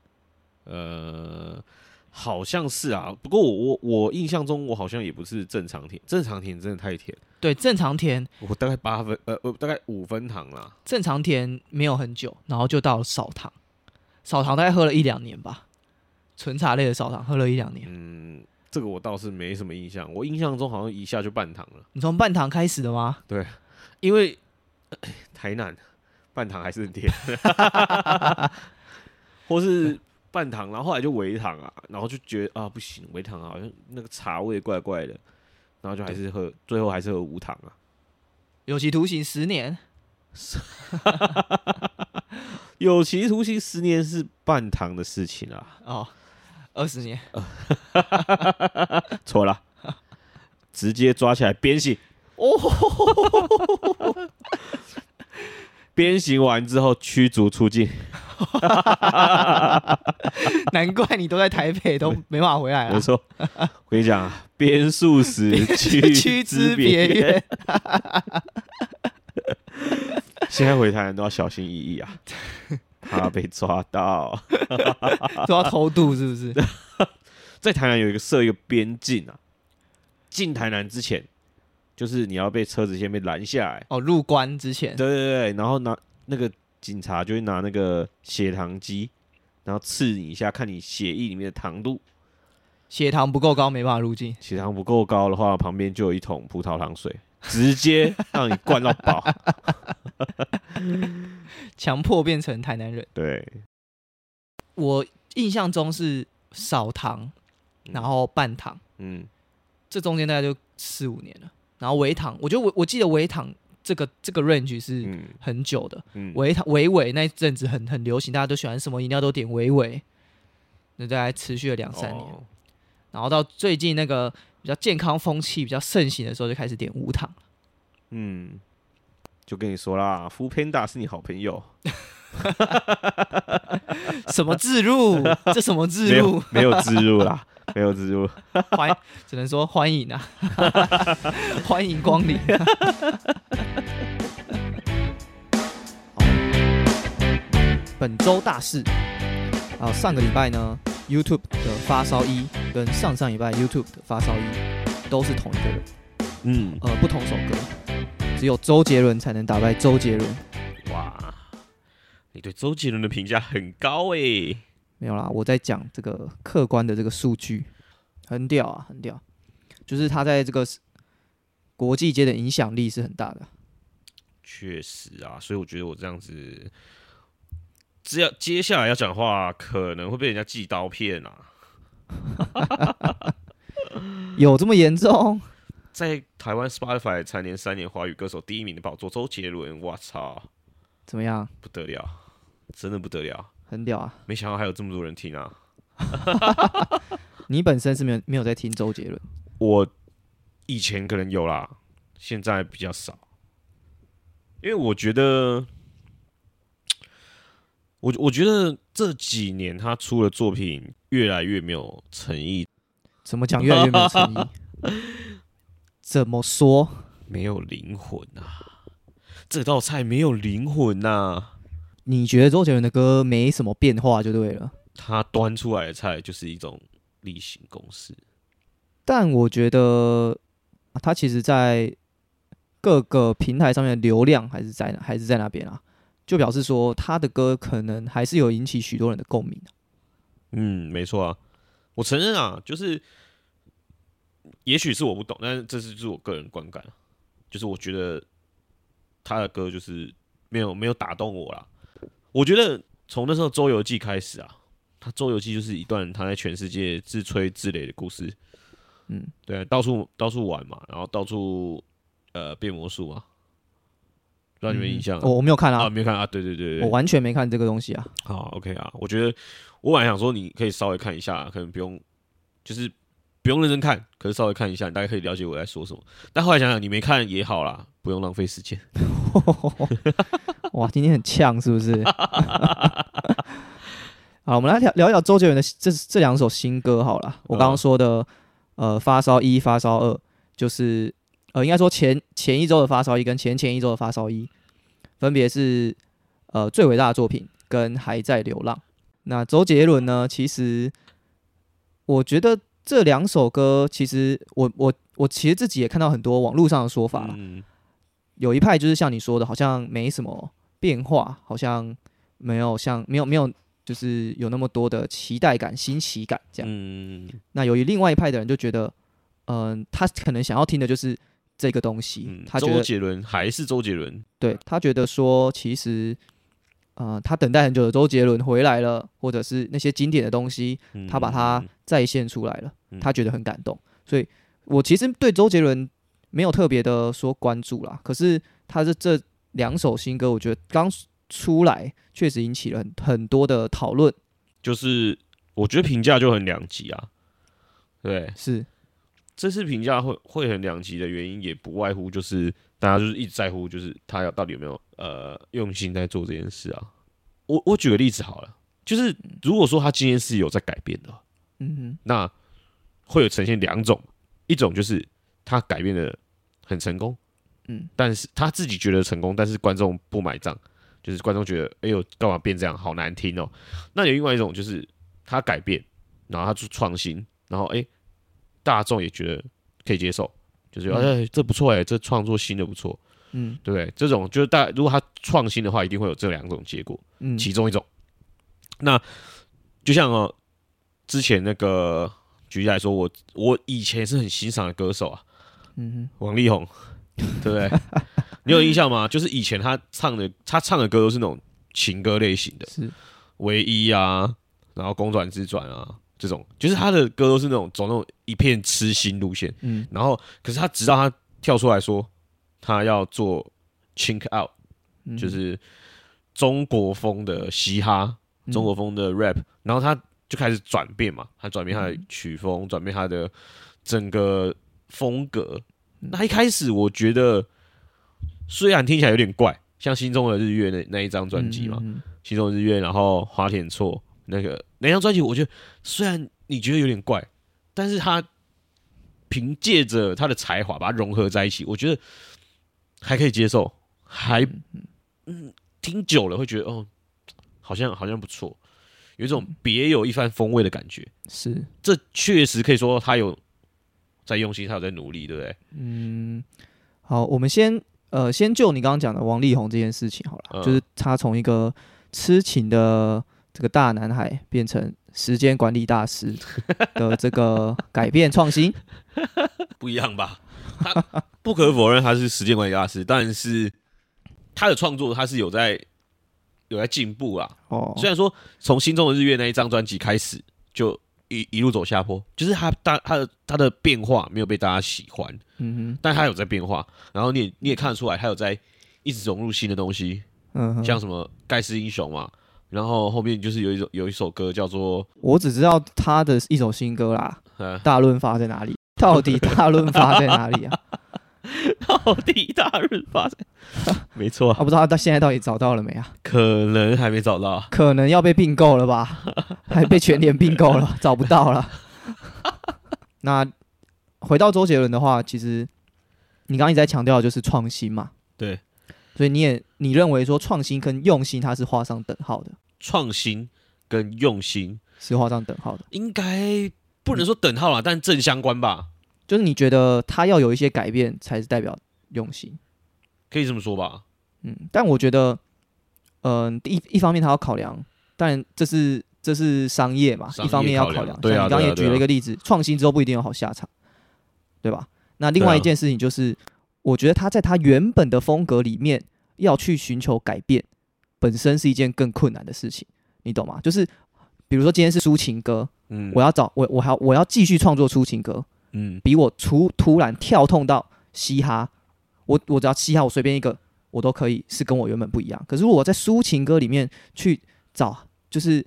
[SPEAKER 2] 呃，好像是啊，不过我我我印象中，我好像也不是正常甜，正常甜真的太甜，
[SPEAKER 1] 对，正常甜，
[SPEAKER 2] 我大概八分，呃，我大概五分糖啦。
[SPEAKER 1] 正常甜没有很久，然后就到了少糖，少糖大概喝了一两年吧，纯茶类的少糖喝了一两年。
[SPEAKER 2] 嗯，这个我倒是没什么印象，我印象中好像一下就半糖了，
[SPEAKER 1] 你从半糖开始的吗？ [laughs]
[SPEAKER 2] 因为呃台南半糖还是很甜，或是。半糖，然后后来就微糖啊，然后就觉得啊不行，微糖好像那个茶味怪怪的，然后就还是喝，最后还是喝无糖啊。
[SPEAKER 1] 有期徒刑十年，
[SPEAKER 2] 有期徒刑十年是半糖的事情啊， [laughs]
[SPEAKER 1] 哦，二十年，
[SPEAKER 2] 错了，直接抓起来鞭刑。
[SPEAKER 1] 哦，
[SPEAKER 2] 鞭刑完之后驱逐出境，
[SPEAKER 1] [laughs] 难怪你都在台北都没办法回来啊
[SPEAKER 2] 没
[SPEAKER 1] 了，
[SPEAKER 2] 错。我跟你讲啊，鞭数时
[SPEAKER 1] 屈
[SPEAKER 2] 驱
[SPEAKER 1] 之
[SPEAKER 2] 之
[SPEAKER 1] 别
[SPEAKER 2] 别
[SPEAKER 1] 院
[SPEAKER 2] 院。 [laughs] 现在回台湾都要小心翼翼啊，怕被抓到。
[SPEAKER 1] 都要偷渡是不是？
[SPEAKER 2] 在台南有一个设一个边境啊，进台南之前，就是你要被车子先被拦下来，
[SPEAKER 1] 哦，入关之前，
[SPEAKER 2] 对对对，然后拿那个警察就会拿那个血糖机，然后刺你一下，看你血液里面的糖度，
[SPEAKER 1] 血糖不够高没办法入境。
[SPEAKER 2] 血糖不够高的话，旁边就有一桶葡萄糖水，直接让你灌到
[SPEAKER 1] [laughs]
[SPEAKER 2] 饱。
[SPEAKER 1] 强迫变成台南人。
[SPEAKER 2] 对，
[SPEAKER 1] 我印象中是少糖，
[SPEAKER 2] 嗯
[SPEAKER 1] 然后半糖，
[SPEAKER 2] 嗯，
[SPEAKER 1] 这中间大概就四五年了。然后微糖，我觉得我我记得微糖这个这个 range 是
[SPEAKER 2] 嗯
[SPEAKER 1] 很久的。
[SPEAKER 2] 嗯，
[SPEAKER 1] 微糖微微那一阵子很很流行，大家都喜欢什么饮料都点微微，那大概持续了两三年。
[SPEAKER 2] 哦
[SPEAKER 1] 然后到最近那个比较健康风气比较盛行的时候，就开始点无
[SPEAKER 2] [laughs]
[SPEAKER 1] 糖。
[SPEAKER 2] 嗯，就跟你说啦，福 Panda 是你好朋友，
[SPEAKER 1] 什么自入？这什么自
[SPEAKER 2] 没
[SPEAKER 1] 入
[SPEAKER 2] 有？没有植入啦，没有植入。
[SPEAKER 1] 欢，只能说欢迎啊， [laughs] 欢迎光临。 [laughs] 本周大事，啊，上个礼拜呢，YouTube 的发烧一跟上上礼拜 YouTube 的发烧一都是同一个人，
[SPEAKER 2] 嗯，
[SPEAKER 1] 呃，不同首歌，只有周杰伦才能打败周杰伦。
[SPEAKER 2] 哇，你对周杰伦的评价很高欸诶、
[SPEAKER 1] 没有啦，我在讲这个客观的这个数据，很屌啊，很屌，就是他在这个国际间的影响力是很大的。
[SPEAKER 2] 确实啊，所以我觉得我这样子，只要接下来要讲话，可能会被人家寄刀片啊。
[SPEAKER 1] 有这么严重？
[SPEAKER 2] 在台湾 Spotify 蝉联三年华语歌手第一名的宝座周杰伦，我操，
[SPEAKER 1] 怎么样？
[SPEAKER 2] 不得了，真的不得了！
[SPEAKER 1] 很屌啊！
[SPEAKER 2] 没想到还有这么多人听啊！
[SPEAKER 1] 你本身是没有没有在听周杰伦，
[SPEAKER 2] 我以前可能有啦，现在比较少，因为我觉得我我觉得这几年他出的作品越来越没有诚意，
[SPEAKER 1] 怎么讲越来越没有诚意？怎么说？
[SPEAKER 2] 没有灵魂啊！这道菜没有灵魂啊呐、
[SPEAKER 1] 你觉得周杰伦的歌没什么变化就对了，
[SPEAKER 2] 他端出来的菜就是一种例行公事。
[SPEAKER 1] 但我觉得啊他其实在各个平台上面的流量还是在那还是在那边啊，就表示说他的歌可能还是有引起许多人的共鸣啊、
[SPEAKER 2] 嗯，没错啊，我承认啊，就是也许是我不懂，但是这是就是我个人观感啊，就是我觉得他的歌就是没有没有打动我啦。我觉得从那时候《周游记》开始啊，他《周游记》就是一段他在全世界自吹自擂的故事。
[SPEAKER 1] 嗯，
[SPEAKER 2] 对啊，到处到处玩嘛，然后到处呃变魔术嘛，不知道你们有印象啊、
[SPEAKER 1] 我我没有看
[SPEAKER 2] 啊
[SPEAKER 1] 啊，
[SPEAKER 2] 没有看啊？对对对对，
[SPEAKER 1] 我完全没看这个东西啊。
[SPEAKER 2] 好，OK 啊，我觉得我本来想说你可以稍微看一下，可能不用，就是不用认真看，可是稍微看一下，你大概可以了解我在说什么。但后来想想，你没看也好啦，不用浪费时间。
[SPEAKER 1] [laughs] 哇，今天很呛是不是？ [laughs] 好，我们来聊聊一聊周杰伦的这这两首新歌好了。我刚刚说的，呃，发烧一、发烧二，就是呃，应该说前前一周的发烧一跟前前一周的发烧一，分别是呃最伟大的作品跟还在流浪。那周杰伦呢，其实我觉得这两首歌，其实我我我其实自己也看到很多网络上的说法啦
[SPEAKER 2] 嗯，
[SPEAKER 1] 有一派就是像你说的，好像没什么变化，好像没有像没有没有，就是有那么多的期待感、新奇感这样。
[SPEAKER 2] 嗯
[SPEAKER 1] 那由于另外一派的人就觉得，嗯、他可能想要听的就是这个东西，
[SPEAKER 2] 嗯，
[SPEAKER 1] 他觉
[SPEAKER 2] 周
[SPEAKER 1] 得
[SPEAKER 2] 杰伦还是周杰伦，
[SPEAKER 1] 对他觉得说，其实，呃，他等待很久的周杰伦回来了，或者是那些经典的东西，
[SPEAKER 2] 嗯
[SPEAKER 1] 他把它再现出来了，
[SPEAKER 2] 嗯
[SPEAKER 1] 他觉得很感动。所以我其实对周杰伦没有特别的说关注啦，可是他的这两首新歌，我觉得刚出来确实引起了很很多的讨论，
[SPEAKER 2] 嗯就是我觉得评价就很两极啊。对，
[SPEAKER 1] 是
[SPEAKER 2] 这次评价会会很两极的原因，也不外乎就是大家就是一直在乎，就是他要到底有没有呃用心在做这件事啊。我我举个例子好了，就是如果说他今天是有在改变的，
[SPEAKER 1] 嗯
[SPEAKER 2] 那会有呈现两种，一种就是他改变的很成功，
[SPEAKER 1] 嗯，
[SPEAKER 2] 但是他自己觉得成功，但是观众不买账，就是观众觉得哎呦干嘛变这样，好难听哦。那有另外一种就是他改变，然后他去创新，然后哎大众也觉得可以接受，就是哎、这不错哎，这创作新的不错，
[SPEAKER 1] 嗯
[SPEAKER 2] 对不对？这种就是大如果他创新的话，一定会有这两种结果。
[SPEAKER 1] 嗯，
[SPEAKER 2] 其中一种。那就像哦，之前那个举例来说，我我以前是很欣赏的歌手啊，
[SPEAKER 1] 嗯
[SPEAKER 2] 王力宏，对不对？你有印象吗？就是以前他唱的，他唱的歌都是那种情歌类型的
[SPEAKER 1] 哼，，是
[SPEAKER 2] 唯一啊，然后公转自转啊这种，就是他的歌都是那种走那种一片痴心路线。
[SPEAKER 1] 嗯
[SPEAKER 2] 然后，可是他直到他跳出来说，他要做 chink out，
[SPEAKER 1] 嗯
[SPEAKER 2] 就是中国风的嘻哈，
[SPEAKER 1] 嗯
[SPEAKER 2] 中国风的 rap，、然后他就开始转变嘛，他转变他的曲风，转、变他的整个风格。
[SPEAKER 1] 嗯
[SPEAKER 2] 那一开始我觉得，虽然听起来有点怪，像《心中的日月那》那一张专辑嘛，
[SPEAKER 1] 嗯嗯嗯
[SPEAKER 2] 心中的日月》，然后《花田错》那个那张专辑，我觉得虽然你觉得有点怪，但是他凭借着他的才华把它融合在一起，我觉得还可以接受，还嗯听久了会觉得哦，好像好像不错，有一种别有一番风味的感觉。
[SPEAKER 1] 是
[SPEAKER 2] 这确实可以说他有在用心，他有在努力，对不对？
[SPEAKER 1] 嗯，好，我们先呃，先就你刚刚讲的王力宏这件事情好了，
[SPEAKER 2] 嗯
[SPEAKER 1] 就是他从一个痴情的这个大男孩变成时间管理大师的这个改变创新， [laughs]
[SPEAKER 2] 不一样吧？他不可否认他是时间管理大师，但是他的创作他是有在有在进步啊。
[SPEAKER 1] 哦，
[SPEAKER 2] 虽然说从《心中的日月》那一张专辑开始，就一一路走下坡，就是他大他的他的变化没有被大家喜欢，
[SPEAKER 1] 嗯
[SPEAKER 2] 但他有在变化。然后你也你也看得出来，他有在一直融入新的东西，
[SPEAKER 1] 哼，嗯哼，
[SPEAKER 2] 像什么盖世英雄嘛。然后后面就是有一首有一首歌叫做
[SPEAKER 1] 我只知道他的一首新歌啦，
[SPEAKER 2] 呃
[SPEAKER 1] 《大润发》在哪里？ [laughs] 到底大润发在哪里啊？
[SPEAKER 2] 到底大润发生， [laughs] 没错
[SPEAKER 1] 啊，，不知道他到现在到底找到了没啊？
[SPEAKER 2] 可能还没找到。啊
[SPEAKER 1] 可能要被并购了吧，还被全联并购了，找不到了。 [laughs] 那回到周杰伦的话，其实你刚刚一直在强调的就是创新嘛，
[SPEAKER 2] 对，
[SPEAKER 1] 所以你也你认为说创新跟用心它是画上等号的，
[SPEAKER 2] 创新跟用心
[SPEAKER 1] 是画上等号的，
[SPEAKER 2] 应该不能说等号啦，但正相关吧，
[SPEAKER 1] 就是你觉得他要有一些改变才是代表用心。
[SPEAKER 2] 可以这么说吧。
[SPEAKER 1] 嗯，但我觉得，嗯、第一一方面他要考量，当然这是这是商业嘛，
[SPEAKER 2] 商
[SPEAKER 1] 一
[SPEAKER 2] 业
[SPEAKER 1] 方面要考
[SPEAKER 2] 考量
[SPEAKER 1] 量。
[SPEAKER 2] 对啊
[SPEAKER 1] 像你刚刚
[SPEAKER 2] 对啊
[SPEAKER 1] 也举了一个例子，创新之后不一定有好下场，对吧？那另外
[SPEAKER 2] 对啊
[SPEAKER 1] 一件事情就是，我觉得他在他原本的风格里面要去寻求改变，本身是一件更困难的事情，你懂吗？就是比如说今天是抒情歌，
[SPEAKER 2] 嗯，
[SPEAKER 1] 我要找我我还要我要继续创作抒情歌，
[SPEAKER 2] 嗯
[SPEAKER 1] 比我突突然跳痛到嘻哈，我我只要嘻哈，我随便一个我都可以是跟我原本不一样。可是如果我在抒情歌里面去找，就是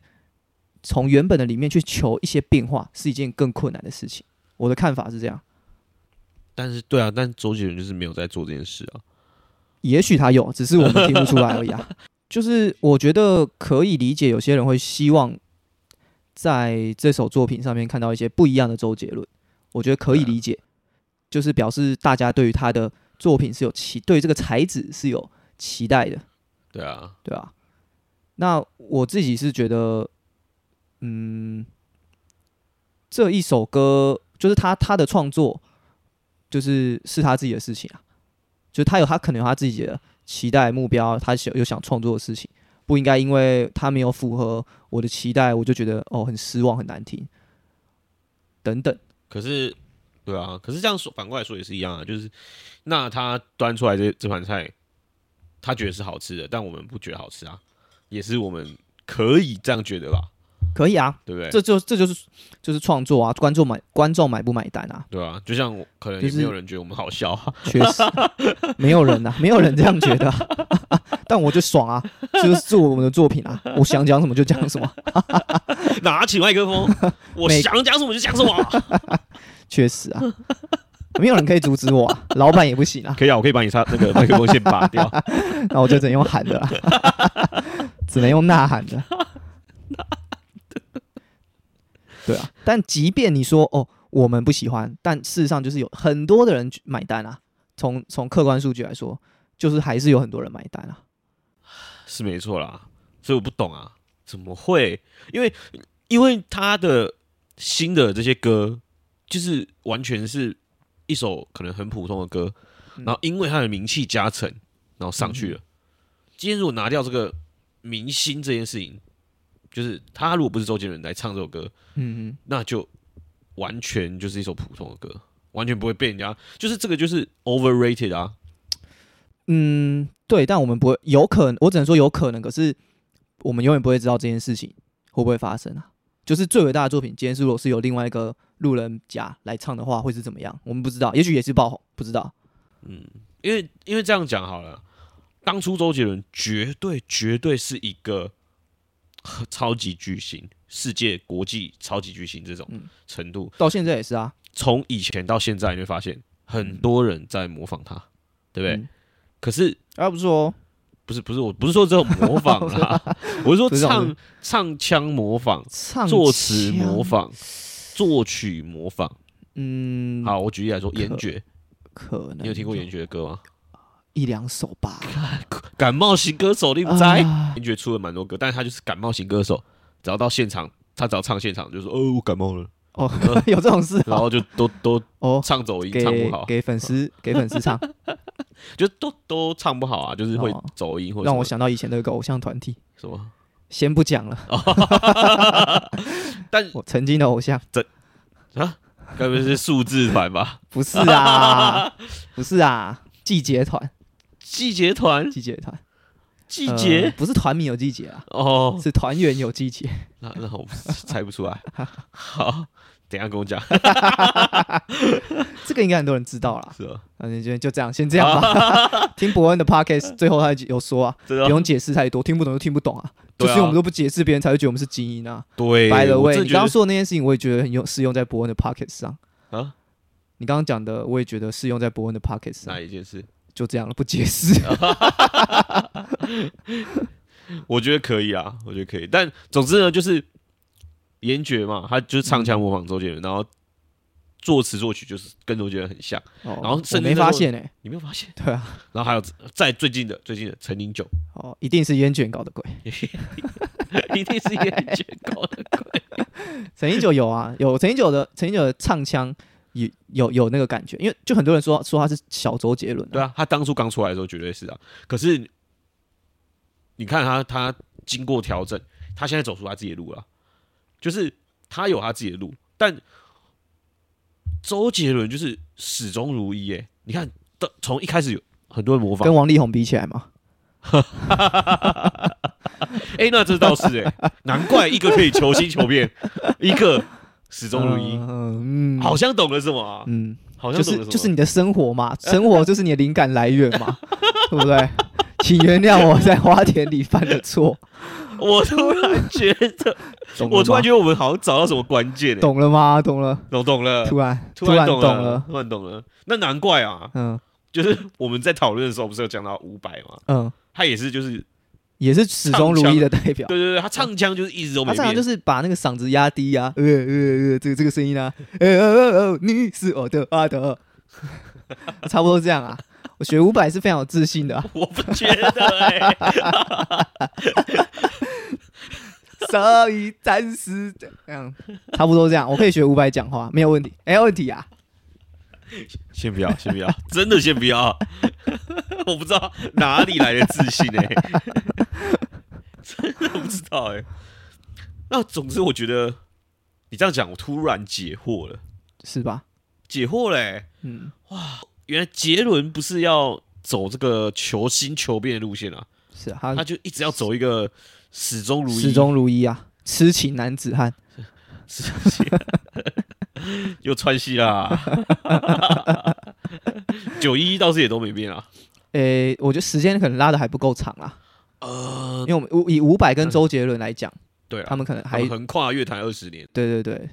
[SPEAKER 1] 从原本的里面去求一些变化，是一件更困难的事情。我的看法是这样，
[SPEAKER 2] 但是对啊，但周杰伦就是没有在做这件事啊。
[SPEAKER 1] 也许他有，只是我们听不出来而已啊。就是我觉得可以理解，有些人会希望在这首作品上面看到一些不一样的周杰伦，我觉得可以理解，就是表示大家对于他的作品是有期，对于这个才子是有期待的，
[SPEAKER 2] 对啊，
[SPEAKER 1] 对吧？那我自己是觉得，嗯，这一首歌就是他他的创作，就是是他自己的事情啊，就是他有他可能有他自己的期待目标，他想有想创作的事情，不应该因为他没有符合我的期待，我就觉得哦很失望很难听，等等。
[SPEAKER 2] 可是对啊，可是这样说反过来说也是一样啊，就是那他端出来这这盘菜，他觉得是好吃的，但我们不觉得好吃啊，也是我们可以这样觉得吧，
[SPEAKER 1] 可以啊，
[SPEAKER 2] 对不对？
[SPEAKER 1] 这就这就是就是创作啊，观众买观众买不买单啊，
[SPEAKER 2] 对啊，就像我可能
[SPEAKER 1] 就
[SPEAKER 2] 也
[SPEAKER 1] 是
[SPEAKER 2] 没有人觉得我们好笑啊， [laughs]
[SPEAKER 1] 确实，没有人呐、没有人这样觉得、 [laughs] 但我就爽啊，这就是做我们的作品啊，我想讲什么就讲什么，
[SPEAKER 2] 拿起麦克 [laughs] 风，我
[SPEAKER 1] 每
[SPEAKER 2] 想讲什么啊就讲什么。
[SPEAKER 1] 确实啊，没有人可以阻止我、啊，老板也不行啊，
[SPEAKER 2] [laughs] 可以啊，我可以把你插那个麦克风线拔掉。
[SPEAKER 1] 那我就只能用喊的啦， [laughs] 只能用呐喊的。对啊，但即便你说哦，我们不喜欢，但事实上就是有很多的人去买单啊。从从客观数据来说，就是还是有很多人买单啊。
[SPEAKER 2] 是没错啦，所以我不懂啊，怎么会？因为因为他的新的这些歌，就是完全是一首可能很普通的歌，
[SPEAKER 1] 嗯
[SPEAKER 2] 然后因为他的名气加成，然后上去了。今天如果拿掉这个明星这件事情，就是他如果不是周杰伦来唱这首歌，
[SPEAKER 1] 嗯嗯，
[SPEAKER 2] 那就完全就是一首普通的歌，完全不会被人家就是这个就是 overrated 啊，
[SPEAKER 1] 嗯，对，但我们不会，有可能，我只能说有可能，可是我们永远不会知道这件事情会不会发生啊。就是最伟大的作品，今天是如果是由另外一个路人甲来唱的话，会是怎么样？我们不知道，也许也是爆红，不知道。
[SPEAKER 2] 因为因为这样讲好了，当初周杰伦绝对绝对是一个呵超级巨星，世界国际超级巨星这种
[SPEAKER 1] 嗯
[SPEAKER 2] 程度，
[SPEAKER 1] 到现在也是啊，
[SPEAKER 2] 从以前到现在，你会发现很多人在模仿他，对不对？
[SPEAKER 1] 嗯
[SPEAKER 2] 可是
[SPEAKER 1] 而、不是哦，
[SPEAKER 2] 不是不是我不是说这种模仿
[SPEAKER 1] [laughs]
[SPEAKER 2] 啦，我是说
[SPEAKER 1] 不是这种
[SPEAKER 2] 唱唱腔模仿、
[SPEAKER 1] 唱
[SPEAKER 2] 作词模
[SPEAKER 1] 腔，
[SPEAKER 2] 仿、作曲模仿。
[SPEAKER 1] 嗯，
[SPEAKER 2] 好，我举例来说，严爵，
[SPEAKER 1] 可能
[SPEAKER 2] 你有听过严爵的歌吗？
[SPEAKER 1] 一两首吧？
[SPEAKER 2] 感冒型歌手，你不在？
[SPEAKER 1] 啊
[SPEAKER 2] 林觉出了蛮多歌，但是他就是感冒型歌手，只要到现场，他只要唱现场就说哦我感冒了，
[SPEAKER 1] 哦，
[SPEAKER 2] 呃
[SPEAKER 1] [laughs] 有这种事
[SPEAKER 2] 然
[SPEAKER 1] 哦，
[SPEAKER 2] 后就都都
[SPEAKER 1] 哦，
[SPEAKER 2] 唱走音，
[SPEAKER 1] [laughs] 给
[SPEAKER 2] 唱不好，
[SPEAKER 1] 给粉丝给粉丝
[SPEAKER 2] [laughs]
[SPEAKER 1] 唱，
[SPEAKER 2] 就都都唱不好啊，就是会
[SPEAKER 1] 哦
[SPEAKER 2] 走音或者
[SPEAKER 1] 让我
[SPEAKER 2] 什
[SPEAKER 1] 想到以前的一个偶像团体，
[SPEAKER 2] 么什么。
[SPEAKER 1] 先不讲了，
[SPEAKER 2] [laughs] 但
[SPEAKER 1] 我曾经的偶像。
[SPEAKER 2] 该不会是数字团吧？
[SPEAKER 1] 不是
[SPEAKER 2] [laughs]
[SPEAKER 1] 啊，不是啊，季节团，
[SPEAKER 2] 季节团，
[SPEAKER 1] 季节团，
[SPEAKER 2] 季
[SPEAKER 1] 呃
[SPEAKER 2] 节
[SPEAKER 1] 不是团名有季节啊，
[SPEAKER 2] 哦，
[SPEAKER 1] 是团员有季节。 [laughs]
[SPEAKER 2] 那那我猜不出来。好，等一下跟我讲，
[SPEAKER 1] 这个应该很多人知道啦。
[SPEAKER 2] 是吧？
[SPEAKER 1] 那今天就这样，先这样吧。
[SPEAKER 2] 啊
[SPEAKER 1] [laughs] 听伯恩的 podcast，最后他有说啊，
[SPEAKER 2] 这
[SPEAKER 1] 不
[SPEAKER 2] 个
[SPEAKER 1] 用解释太多，听不懂就听不懂啊。就
[SPEAKER 2] 对啊
[SPEAKER 1] 是我们都不解释，别人才会觉得我们是精英啊。
[SPEAKER 2] 对，
[SPEAKER 1] By the
[SPEAKER 2] 我
[SPEAKER 1] way，
[SPEAKER 2] 真
[SPEAKER 1] 你刚
[SPEAKER 2] 的觉
[SPEAKER 1] 刚
[SPEAKER 2] 得
[SPEAKER 1] 说的那件事情，我也觉得很用适用在伯恩的 podcast 上
[SPEAKER 2] 啊。
[SPEAKER 1] 你刚刚讲的，我也觉得适用在伯恩的 podcast 上
[SPEAKER 2] 哎哪。一件事？
[SPEAKER 1] 就这样了，不解释。
[SPEAKER 2] 我觉得可以啊，我觉得可以。但总之呢，就是严爵嘛，他就是唱腔模仿周杰伦，然后作词作曲就是跟周杰伦很像。
[SPEAKER 1] 然
[SPEAKER 2] 后甚
[SPEAKER 1] 哦我
[SPEAKER 2] 至
[SPEAKER 1] 没
[SPEAKER 2] 那时
[SPEAKER 1] 发
[SPEAKER 2] 候
[SPEAKER 1] 现哎，
[SPEAKER 2] 你没有发现？
[SPEAKER 1] [laughs] 对啊，
[SPEAKER 2] 然后还有在最近的最近的陈零九， [laughs]
[SPEAKER 1] 哦，一定是烟卷搞的鬼。
[SPEAKER 2] 一定是严爵搞的鬼。
[SPEAKER 1] 陈一九有啊，有陈一九的陈一九的唱腔有有有那个感觉，因为就很多人说说他是小周杰伦、
[SPEAKER 2] 对，啊，他当初刚出来的时候绝对是啊。可是你看他，他经过调整，他现在走出他自己的路了，就是他有他自己的路。但周杰伦就是始终如一耶。你看，到从一开始有很多人模仿
[SPEAKER 1] 跟，王力宏比起来嘛，
[SPEAKER 2] 哎、那这倒是哎、难怪一个可以求新求变，一个始终如一，
[SPEAKER 1] 嗯，嗯
[SPEAKER 2] 好，像懂了什么啊？
[SPEAKER 1] 嗯，
[SPEAKER 2] 好
[SPEAKER 1] 就
[SPEAKER 2] 像懂
[SPEAKER 1] 是
[SPEAKER 2] 了什么？
[SPEAKER 1] 就是你的生活
[SPEAKER 2] [laughs]
[SPEAKER 1] 嘛，生活就是你的灵感来源嘛， [laughs] 对不对？请原谅我在花田里犯的
[SPEAKER 2] [laughs]
[SPEAKER 1] 错，
[SPEAKER 2] 啊我突然觉得，
[SPEAKER 1] 懂了吗
[SPEAKER 2] 我突然觉得我们好像找到什么关键、欸，
[SPEAKER 1] 懂了吗？懂了，
[SPEAKER 2] 懂懂了，
[SPEAKER 1] 突然
[SPEAKER 2] 呃突然
[SPEAKER 1] 懂
[SPEAKER 2] 懂了，，突然懂了。那难怪啊，
[SPEAKER 1] 嗯
[SPEAKER 2] 就是我们在讨论的时候不是有讲到伍佰吗？
[SPEAKER 1] 嗯，
[SPEAKER 2] 他也是，就是
[SPEAKER 1] 也是始终如一的代表。
[SPEAKER 2] 对对对，他唱腔就是一直都
[SPEAKER 1] 他
[SPEAKER 2] 没
[SPEAKER 1] 常常
[SPEAKER 2] 变，
[SPEAKER 1] 就是把那个嗓子压低啊，呃呃呃，这个这个声音啊，呃呃呃，你是我的阿德， [laughs] 差不多这样啊。我学五百是非常有自信
[SPEAKER 2] [laughs]
[SPEAKER 1] 的、啊，
[SPEAKER 2] 我不觉得哎、
[SPEAKER 1] 所以暂时这样，差不多这样，我可以学五百讲话，没有问题，没有问题啊。
[SPEAKER 2] 先不要，先不要，真的先不要， [laughs] 我不知道哪里来的自信哎、真的不知道哎、那总之，我觉得你这样讲，我突然解惑了，
[SPEAKER 1] 是吧？
[SPEAKER 2] 解惑嘞、欸
[SPEAKER 1] 嗯，
[SPEAKER 2] 原来杰伦不是要走这个求新求变的路线啊，
[SPEAKER 1] 是啊，
[SPEAKER 2] 他
[SPEAKER 1] 他
[SPEAKER 2] 就一直要走一个始终如一、
[SPEAKER 1] 始终如一啊，痴情男子汉。
[SPEAKER 2] 是不是 [laughs] 又穿戏啦。九一倒是也都没变啊。
[SPEAKER 1] 诶、呃我觉得时间可能拉的还不够长啦，
[SPEAKER 2] 呃嗯
[SPEAKER 1] 因，为我们以五百跟周杰伦来讲，
[SPEAKER 2] 对
[SPEAKER 1] 他
[SPEAKER 2] 啊，
[SPEAKER 1] 们可能
[SPEAKER 2] 他
[SPEAKER 1] 还
[SPEAKER 2] 们横跨乐坛二十年，
[SPEAKER 1] 对对对，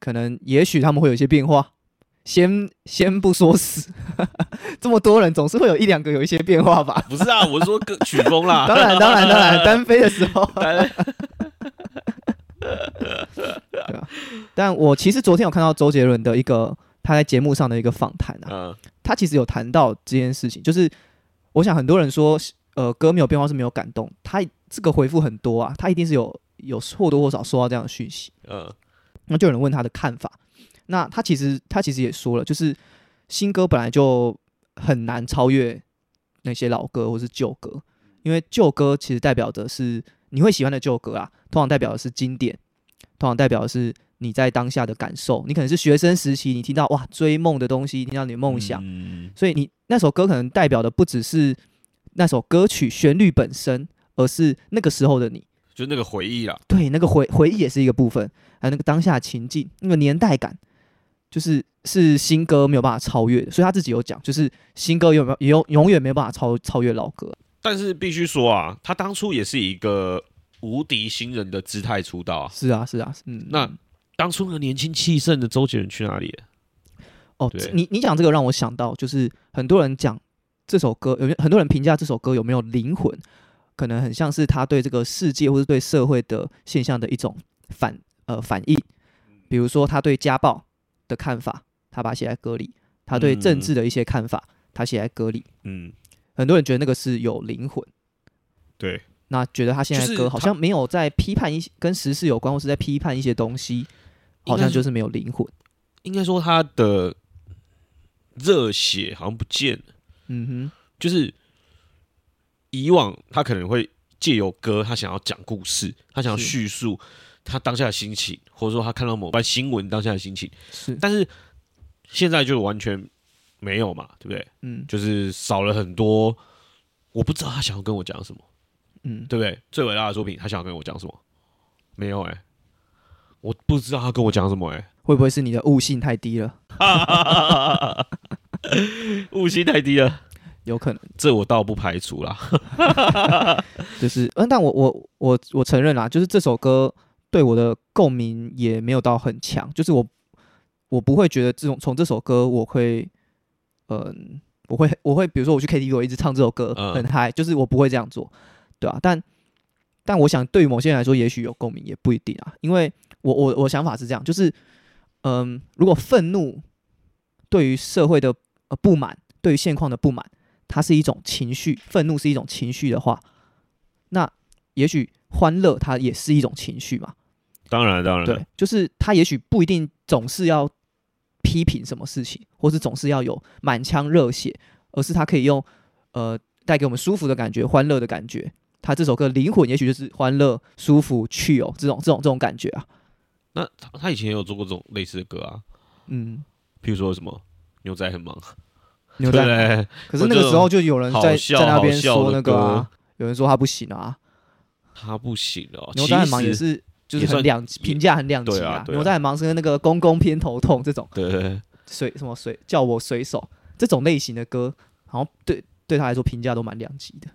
[SPEAKER 1] 可能也许他们会有一些变化。先先不说死， [laughs] 这么多人总是会有一两个有一些变化 [laughs] 吧。
[SPEAKER 2] 不是啊，我是说歌曲风啦。
[SPEAKER 1] 当然当然当然， [laughs] 单飞的时候。对啊，但我其实昨天有看到周杰伦的一个他在节目上的一个访谈啊，
[SPEAKER 2] 嗯，
[SPEAKER 1] 他其实有谈到这件事情，就是我想很多人说，呃，歌没有变化是没有感动，他这个回复很多啊，他一定是有有或多或少收到这样的讯息。
[SPEAKER 2] 嗯
[SPEAKER 1] 那就有人问他的看法。那他其实他其实也说了，就是新歌本来就很难超越那些老歌或是旧歌，因为旧歌其实代表的是你会喜欢的旧歌啊，通常代表的是经典，通常代表的是你在当下的感受。你可能是学生时期，你听到哇追梦的东西，听到你的梦想，
[SPEAKER 2] 嗯
[SPEAKER 1] 所以你那首歌可能代表的不只是那首歌曲旋律本身，而是那个时候的你。
[SPEAKER 2] 就那个回忆啦。
[SPEAKER 1] 对，那个回回忆也是一个部分，还有那个当下情境，那个年代感，就是是新歌没有办法超越的。所以他自己有讲，就是新歌有没有永永远没有办法超超越老歌。
[SPEAKER 2] 但是必须说啊，他当初也是一个无敌新人的姿态出道啊。
[SPEAKER 1] 是啊，是啊，嗯，
[SPEAKER 2] 那当初那个年轻气盛的周杰伦去哪里了？
[SPEAKER 1] 哦，
[SPEAKER 2] 对
[SPEAKER 1] 这你你讲这个让我想到，就是很多人讲这首歌有没有很多人评价这首歌有没有灵魂，可能很像是他对这个世界或是对社会的现象的一种反呃反应，比如说他对家暴的看法，他把它写在歌里；他对政
[SPEAKER 2] 嗯
[SPEAKER 1] 治的一些看法，他写在歌里。
[SPEAKER 2] 嗯，
[SPEAKER 1] 很多人觉得那个是有灵魂，
[SPEAKER 2] 对，
[SPEAKER 1] 那觉得他现在
[SPEAKER 2] 就是
[SPEAKER 1] 歌好
[SPEAKER 2] 他
[SPEAKER 1] 像没有在批判一些跟时事有关，或是在批判一些东西，好
[SPEAKER 2] 应该
[SPEAKER 1] 像
[SPEAKER 2] 是
[SPEAKER 1] 就是没有灵魂。
[SPEAKER 2] 应该说他的热血好像不见了。
[SPEAKER 1] 嗯
[SPEAKER 2] 就是以往他可能会借由歌，他想要讲故事，他想要
[SPEAKER 1] 是
[SPEAKER 2] 叙述他当下的心情，或者说他看到某段新闻当下的心情，
[SPEAKER 1] 哼，是，
[SPEAKER 2] 但是现在就完全没有嘛，对不对？
[SPEAKER 1] 嗯
[SPEAKER 2] 就是少了很多，我不知道他想要跟我讲什么，
[SPEAKER 1] 嗯，
[SPEAKER 2] 对不对？最伟大的作品，他想要跟我讲什么？没有哎、我不知道他跟我讲什么哎、 [laughs]
[SPEAKER 1] 会不会是你的悟性太低了？
[SPEAKER 2] 悟性太低了，
[SPEAKER 1] 有可能，
[SPEAKER 2] 这我倒不排除啦。
[SPEAKER 1] 就是，嗯，但我我我我承认啦，就是这首歌对我的共鸣也没有到很强，就是我我不会觉得这种从这首歌我会，嗯、我会我会比如说我去 KTV 我一直唱这首歌、
[SPEAKER 2] 嗯
[SPEAKER 1] 很嗨，就是我不会这样做，对啊，但但我想对于某些人来说，也许有共鸣也不一定啊，因为我我我想法是这样，就是嗯，如果愤怒对于社会的呃不满，对于现况的不满，它是一种情绪，愤怒是一种情绪的话，那也许欢乐它也是一种情绪嘛，
[SPEAKER 2] 当然当然，
[SPEAKER 1] 对，就是他也许不一定总是要批评什么事情，或是总是要有满腔热血，而是他可以用呃带给我们舒服的感觉、欢乐的感觉。他这首歌灵魂也许就是欢乐、舒服、去哦这种这种这种感觉啊。
[SPEAKER 2] 那他他以前也有做过这种类似的歌啊，
[SPEAKER 1] 嗯，
[SPEAKER 2] 譬如说什么牛仔很忙，
[SPEAKER 1] 牛仔。
[SPEAKER 2] 对不对
[SPEAKER 1] 可是那个时候就有人在
[SPEAKER 2] 好笑
[SPEAKER 1] 在那边
[SPEAKER 2] 好
[SPEAKER 1] 说
[SPEAKER 2] 笑
[SPEAKER 1] 那
[SPEAKER 2] 的歌
[SPEAKER 1] 个啊，有人说他不行啊。
[SPEAKER 2] 他不行哦。
[SPEAKER 1] [laughs] 牛仔很忙
[SPEAKER 2] 其
[SPEAKER 1] 也
[SPEAKER 2] 实，
[SPEAKER 1] 是就是
[SPEAKER 2] 也
[SPEAKER 1] 很
[SPEAKER 2] 算
[SPEAKER 1] 两
[SPEAKER 2] 也
[SPEAKER 1] 评价很两极
[SPEAKER 2] 对啊对啊
[SPEAKER 1] 牛仔很忙是那个公公偏头痛这种。
[SPEAKER 2] 对对对
[SPEAKER 1] 水什么水叫我水手这种类型的歌，好像对对他来说评价都蛮两极的，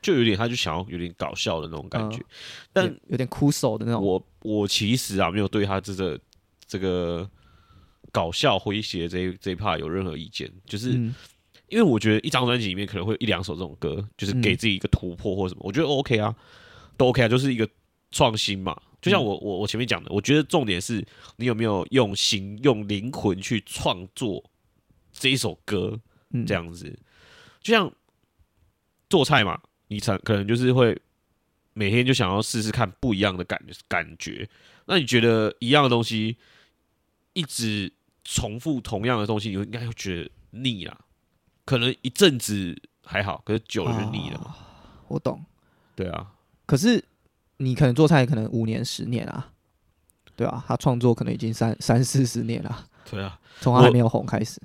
[SPEAKER 2] 就有点他就想要有点搞笑的那种感觉。
[SPEAKER 1] 嗯
[SPEAKER 2] 但
[SPEAKER 1] 有有点哭手的那种。
[SPEAKER 2] 我我其实啊没有对他这个这个搞笑诙谐这一这一 part 有任何意见，就是
[SPEAKER 1] 嗯
[SPEAKER 2] 因为我觉得一张专辑里面可能会有一两首这种歌，就是给
[SPEAKER 1] 嗯
[SPEAKER 2] 自己一个突破或什么，我觉得 OK 啊，都 OK 啊，就是一个创新嘛。就像
[SPEAKER 1] 嗯
[SPEAKER 2] 我我我前面讲的，我觉得重点是你有没有用心用灵魂去创作这一首歌，
[SPEAKER 1] 嗯，
[SPEAKER 2] 这样子。就像做菜嘛，你才可能就是会每天就想要试试看不一样的感感觉。那你觉得一样的东西一直重复同样的东西，你会应该会觉得腻啦。可能一阵子还好，可是久了就腻了嘛。
[SPEAKER 1] 啊我懂。
[SPEAKER 2] 对啊，
[SPEAKER 1] 可是你可能做菜可能五年十年啊，对啊，他创作可能已经三三四十年了，
[SPEAKER 2] 对啊。
[SPEAKER 1] 从他还
[SPEAKER 2] 我
[SPEAKER 1] 没有红开始，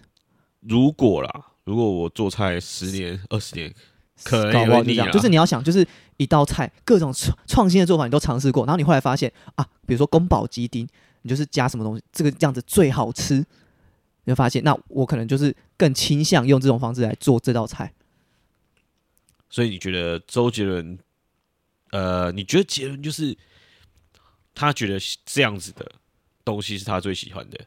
[SPEAKER 2] 如果啦，如果我做菜十年、二十年，可能
[SPEAKER 1] 搞不
[SPEAKER 2] 也
[SPEAKER 1] 好
[SPEAKER 2] 会
[SPEAKER 1] 就这
[SPEAKER 2] 腻
[SPEAKER 1] 样。
[SPEAKER 2] 啊
[SPEAKER 1] 就是你要想，就是一道菜各种创创新的做法你都尝试过，然后你后来发现啊，比如说宫保鸡丁，你就是加什么东西，这个这样子最好吃，你就发现那我可能就是更倾向用这种方式来做这道菜。
[SPEAKER 2] 所以你觉得周杰伦，呃，你觉得杰伦就是他觉得这样子的东西是他最喜欢的？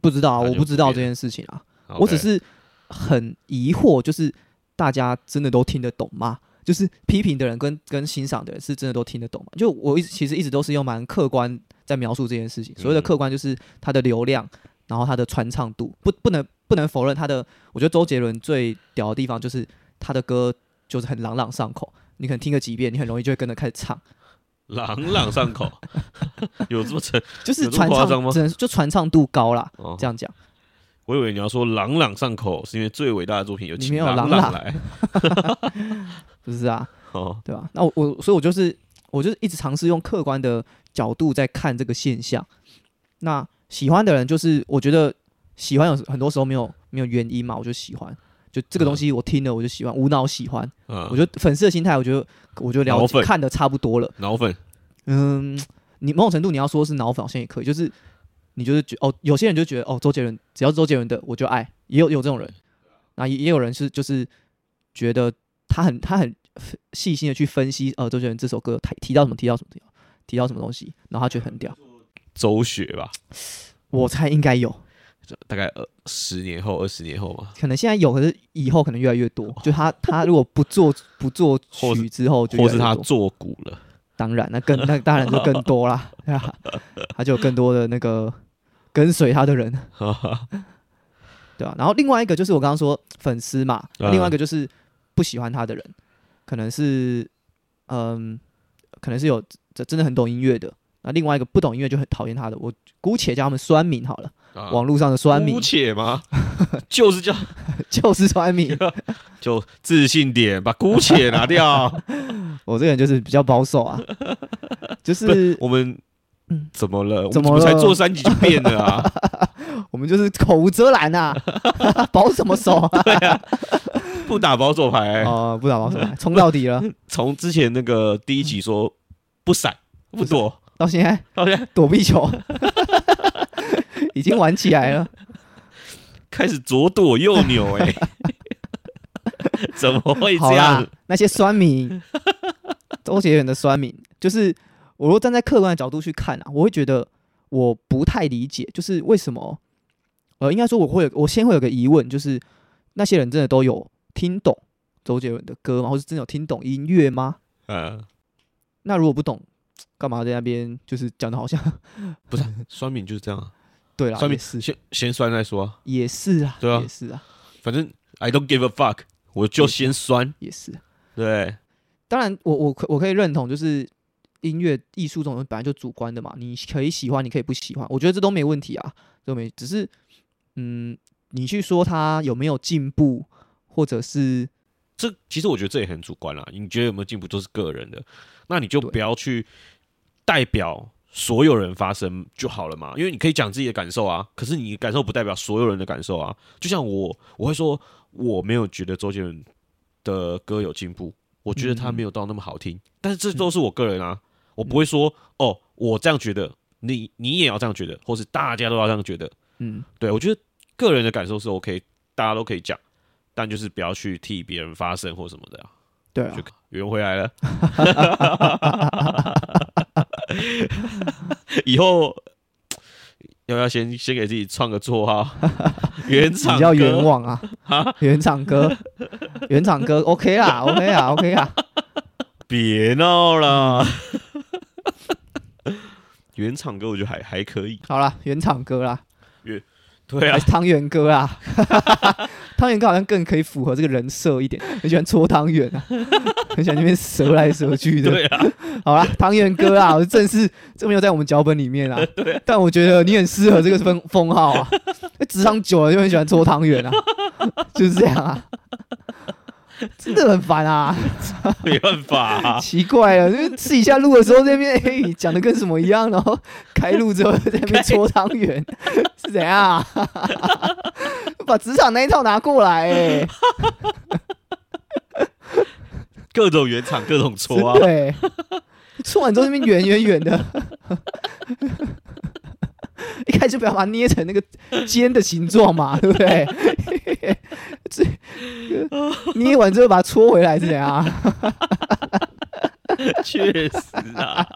[SPEAKER 1] 不知道啊，
[SPEAKER 2] 那
[SPEAKER 1] 我
[SPEAKER 2] 就
[SPEAKER 1] 不知道
[SPEAKER 2] 不
[SPEAKER 1] 这
[SPEAKER 2] 变
[SPEAKER 1] 件事情啊，
[SPEAKER 2] OK
[SPEAKER 1] 我只是很疑惑，就是大家真的都听得懂吗？就是批评的人跟跟欣赏的人是真的都听得懂吗？就我一直其实一直都是用蛮客观在描述这件事情，所谓的
[SPEAKER 2] 嗯
[SPEAKER 1] 客观就是它的流量，然后它的传唱度，不不能不能否认它的。我觉得周杰伦最屌的地方就是他的歌就是很朗朗上口，你可能听个几遍，你很容易就会跟着开始唱，
[SPEAKER 2] 朗朗上口，
[SPEAKER 1] [laughs]
[SPEAKER 2] 有这么沉？
[SPEAKER 1] 就是
[SPEAKER 2] 有这么
[SPEAKER 1] 传
[SPEAKER 2] 夸张吗
[SPEAKER 1] 唱，只能就传唱度高啦。
[SPEAKER 2] 哦
[SPEAKER 1] 这样讲，
[SPEAKER 2] 我以为你要说朗朗上口是因为最伟大的作品有
[SPEAKER 1] 你没
[SPEAKER 2] 请
[SPEAKER 1] 有朗朗 [laughs]
[SPEAKER 2] 朗来
[SPEAKER 1] 是不是啊？
[SPEAKER 2] 哦，
[SPEAKER 1] 对吧、那我我所以，我就是我就是一直尝试用客观的角度在看这个现象。那喜欢的人，就是我觉得喜欢有很多时候没有没有原因嘛，我就喜欢，就这个东西我听了我就喜欢，无脑喜欢。我
[SPEAKER 2] 嗯，
[SPEAKER 1] 觉得粉丝的心态，我觉得我觉得了
[SPEAKER 2] 脑
[SPEAKER 1] 解
[SPEAKER 2] 粉
[SPEAKER 1] 看的差不多了。
[SPEAKER 2] 脑粉
[SPEAKER 1] 嗯，你某种程度你要说是脑粉，好像也可以，就是你就是觉哦，有些人就觉得哦，周杰伦只要是周杰伦的我就爱，也有有这种人，那也也有人是就是觉得他很他很细心的去分析，呃，周杰伦这首歌他提到什么提到什么提到提到什么东西，然后他觉得很屌，
[SPEAKER 2] 周雪吧，
[SPEAKER 1] 我猜应该有，
[SPEAKER 2] 大概呃十年后、二十年后嘛，
[SPEAKER 1] 可能现在有，可是以后可能越来越多，就他他如果不做不做
[SPEAKER 2] 或是
[SPEAKER 1] 曲之后就越
[SPEAKER 2] 或
[SPEAKER 1] 来
[SPEAKER 2] 是
[SPEAKER 1] 越
[SPEAKER 2] 他
[SPEAKER 1] 多
[SPEAKER 2] 做古了， [laughs]
[SPEAKER 1] 当然，那更那当然就更多啦， [laughs] 对吧、他就有更多的那个跟随他的人，
[SPEAKER 2] 啊
[SPEAKER 1] 对啊吧、然后另外一个就是我刚刚说粉丝嘛，
[SPEAKER 2] 嗯
[SPEAKER 1] 另外一个就是不喜欢他的人，可能是嗯，可能是有这真的很懂音乐的。那另外一个不懂音乐就很讨厌他的，我姑且叫他们酸民好了，
[SPEAKER 2] 啊
[SPEAKER 1] 网络上的酸民
[SPEAKER 2] 姑且吗？就是叫
[SPEAKER 1] [laughs] 就是酸
[SPEAKER 2] [laughs]
[SPEAKER 1] 民。
[SPEAKER 2] 就自信点，把姑且拿掉。
[SPEAKER 1] 我这个人就是比较保守
[SPEAKER 2] [laughs]
[SPEAKER 1] 啊，就
[SPEAKER 2] 不
[SPEAKER 1] 是
[SPEAKER 2] 我们
[SPEAKER 1] 嗯
[SPEAKER 2] 怎么了？我们
[SPEAKER 1] 怎
[SPEAKER 2] 怎
[SPEAKER 1] 么
[SPEAKER 2] 么才
[SPEAKER 1] 了
[SPEAKER 2] 做三集就变了
[SPEAKER 1] [laughs]
[SPEAKER 2] 啊？
[SPEAKER 1] 我们就是口无遮拦
[SPEAKER 2] [laughs]
[SPEAKER 1] 呐、啊，保什么守啊？
[SPEAKER 2] 不打保守牌，
[SPEAKER 1] 哦、不打保守牌，冲到底了。
[SPEAKER 2] 从之前那个第一集说不闪不躲，
[SPEAKER 1] 到现在
[SPEAKER 2] 到现在
[SPEAKER 1] 躲避球 [laughs] 已经玩起来了，
[SPEAKER 2] 开始左躲右扭，
[SPEAKER 1] [laughs]
[SPEAKER 2] 哎，怎么会
[SPEAKER 1] 好
[SPEAKER 2] 这
[SPEAKER 1] 啦
[SPEAKER 2] 样？，
[SPEAKER 1] 那些酸
[SPEAKER 2] [laughs]
[SPEAKER 1] 民，周杰伦的酸民，就是我如果站在客观的角度去看啊，我会觉得我不太理解，就是为什么，呃，应该说我会有我先会有个疑问，就是那些人真的都有听懂周杰伦的歌吗？或是真的有听懂音乐吗？
[SPEAKER 2] 呃，
[SPEAKER 1] 那如果不懂，干嘛在那边就是讲的好像 [laughs]
[SPEAKER 2] 不是啊酸敏就是这样啊，
[SPEAKER 1] 对啦，
[SPEAKER 2] 酸
[SPEAKER 1] 也
[SPEAKER 2] 民
[SPEAKER 1] 是
[SPEAKER 2] 先先酸再说啊，
[SPEAKER 1] 也是啊，
[SPEAKER 2] 对啊
[SPEAKER 1] 也是啊，
[SPEAKER 2] 反正 I don't give a fuck，我就先酸，
[SPEAKER 1] 也是。啊
[SPEAKER 2] 对，
[SPEAKER 1] 当然我，我可我可以认同，就是音乐艺术这种东西本来就主观的嘛，你可以喜欢，你可以不喜欢，我觉得这都没问题啊，都没，只是嗯，你去说他有没有进步，或者是
[SPEAKER 2] 这其实我觉得这也很主观啦，你觉得有没有进步都是个人的，那你就
[SPEAKER 1] 对
[SPEAKER 2] 不要去代表所有人发声就好了嘛，因为你可以讲自己的感受啊，可是你的感受不代表所有人的感受啊。就像我，我会说我没有觉得周杰伦的歌有进步，我觉得他
[SPEAKER 1] 嗯
[SPEAKER 2] 没有到那么好听，但是这都是我个人啊，我不会说哦，我这样觉得，你你也要这样觉得，或是大家都要这样觉得，
[SPEAKER 1] 嗯，
[SPEAKER 2] 对我觉得个人的感受是 OK，大家都可以讲，但就是不要去替别人发声或什么的、啊。
[SPEAKER 1] 对啊
[SPEAKER 2] 就，圆回来了。 [laughs] 以后要不要先先给自己创个绰号？原厂
[SPEAKER 1] 比较
[SPEAKER 2] 歌
[SPEAKER 1] 冤枉啊， [laughs] 原厂歌，原厂歌，OK 啦，OK 啦，OK 啦，
[SPEAKER 2] 别闹了。 [laughs] 原厂歌我觉得还还可以，
[SPEAKER 1] 好啦，原厂歌啦，
[SPEAKER 2] 对啊
[SPEAKER 1] 还，是汤圆歌啦， [laughs] 汤圆歌好像更可以符合这个人设一点，很喜欢搓汤圆啊，很喜欢那边折来折去的，
[SPEAKER 2] 对啊，
[SPEAKER 1] 好啦，汤圆哥啊，我正是这没有在我们脚本里
[SPEAKER 2] [laughs]
[SPEAKER 1] 面啊。但我觉得你很适合这个封封号啊，职场久了就很喜欢搓汤圆啊，就是这样啊。真的很烦啊，
[SPEAKER 2] 没办法、啊，
[SPEAKER 1] 奇怪了，因为私底下录的时候这边哎讲的跟什么一样，然后开录之后在那边搓汤
[SPEAKER 2] [laughs]
[SPEAKER 1] 圆，是怎样、 [laughs] 啊？把职场那一套拿过来、欸，
[SPEAKER 2] 各种原厂，
[SPEAKER 1] [laughs]
[SPEAKER 2] 各种
[SPEAKER 1] 真
[SPEAKER 2] 搓
[SPEAKER 1] 的
[SPEAKER 2] 啊，
[SPEAKER 1] 欸，搓完之后那边圆圆圆的， [laughs] 一开始就不要把它捏成那个尖的形状
[SPEAKER 2] [laughs]
[SPEAKER 1] 嘛，对不对？ [laughs] 这捏完之后把它搓回来是怎样？
[SPEAKER 2] [laughs] 确实啊。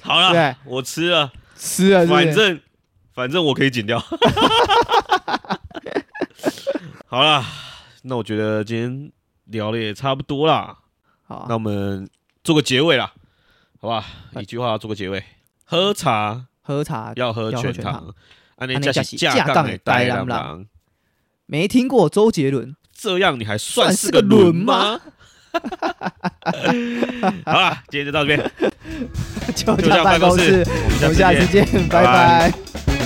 [SPEAKER 2] 好
[SPEAKER 1] 对
[SPEAKER 2] 了，我吃了，
[SPEAKER 1] 吃了是不是
[SPEAKER 2] 反正反正我可以剪掉。 [laughs] 好啦，那我觉得今天聊的也差不多啦，
[SPEAKER 1] 好
[SPEAKER 2] 那我们做个结尾啦，好吧？
[SPEAKER 1] 哎
[SPEAKER 2] 一句话做个结尾：喝茶
[SPEAKER 1] 喝茶
[SPEAKER 2] 要喝
[SPEAKER 1] 要喝
[SPEAKER 2] 全
[SPEAKER 1] 全啊
[SPEAKER 2] 糖，啊安
[SPEAKER 1] 安
[SPEAKER 2] 尼
[SPEAKER 1] 尼
[SPEAKER 2] 才
[SPEAKER 1] 才
[SPEAKER 2] 是
[SPEAKER 1] 是
[SPEAKER 2] 架
[SPEAKER 1] 架
[SPEAKER 2] 杠
[SPEAKER 1] 杠
[SPEAKER 2] 的
[SPEAKER 1] 的
[SPEAKER 2] 呆
[SPEAKER 1] 呆
[SPEAKER 2] 郎
[SPEAKER 1] 郎
[SPEAKER 2] 郎，
[SPEAKER 1] 没听过周杰伦，
[SPEAKER 2] 这样你还算
[SPEAKER 1] 算
[SPEAKER 2] 是
[SPEAKER 1] 是
[SPEAKER 2] 个
[SPEAKER 1] 个
[SPEAKER 2] 轮
[SPEAKER 1] 轮
[SPEAKER 2] 吗？ [laughs] 好啦，今天就到这边，
[SPEAKER 1] 就
[SPEAKER 2] 就像
[SPEAKER 1] 办
[SPEAKER 2] 办公
[SPEAKER 1] 室
[SPEAKER 2] 室，我
[SPEAKER 1] 我
[SPEAKER 2] 们
[SPEAKER 1] 们
[SPEAKER 2] 下
[SPEAKER 1] 下
[SPEAKER 2] 次
[SPEAKER 1] 次
[SPEAKER 2] 见
[SPEAKER 1] 见，
[SPEAKER 2] 拜
[SPEAKER 1] 拜
[SPEAKER 2] 拜
[SPEAKER 1] 拜。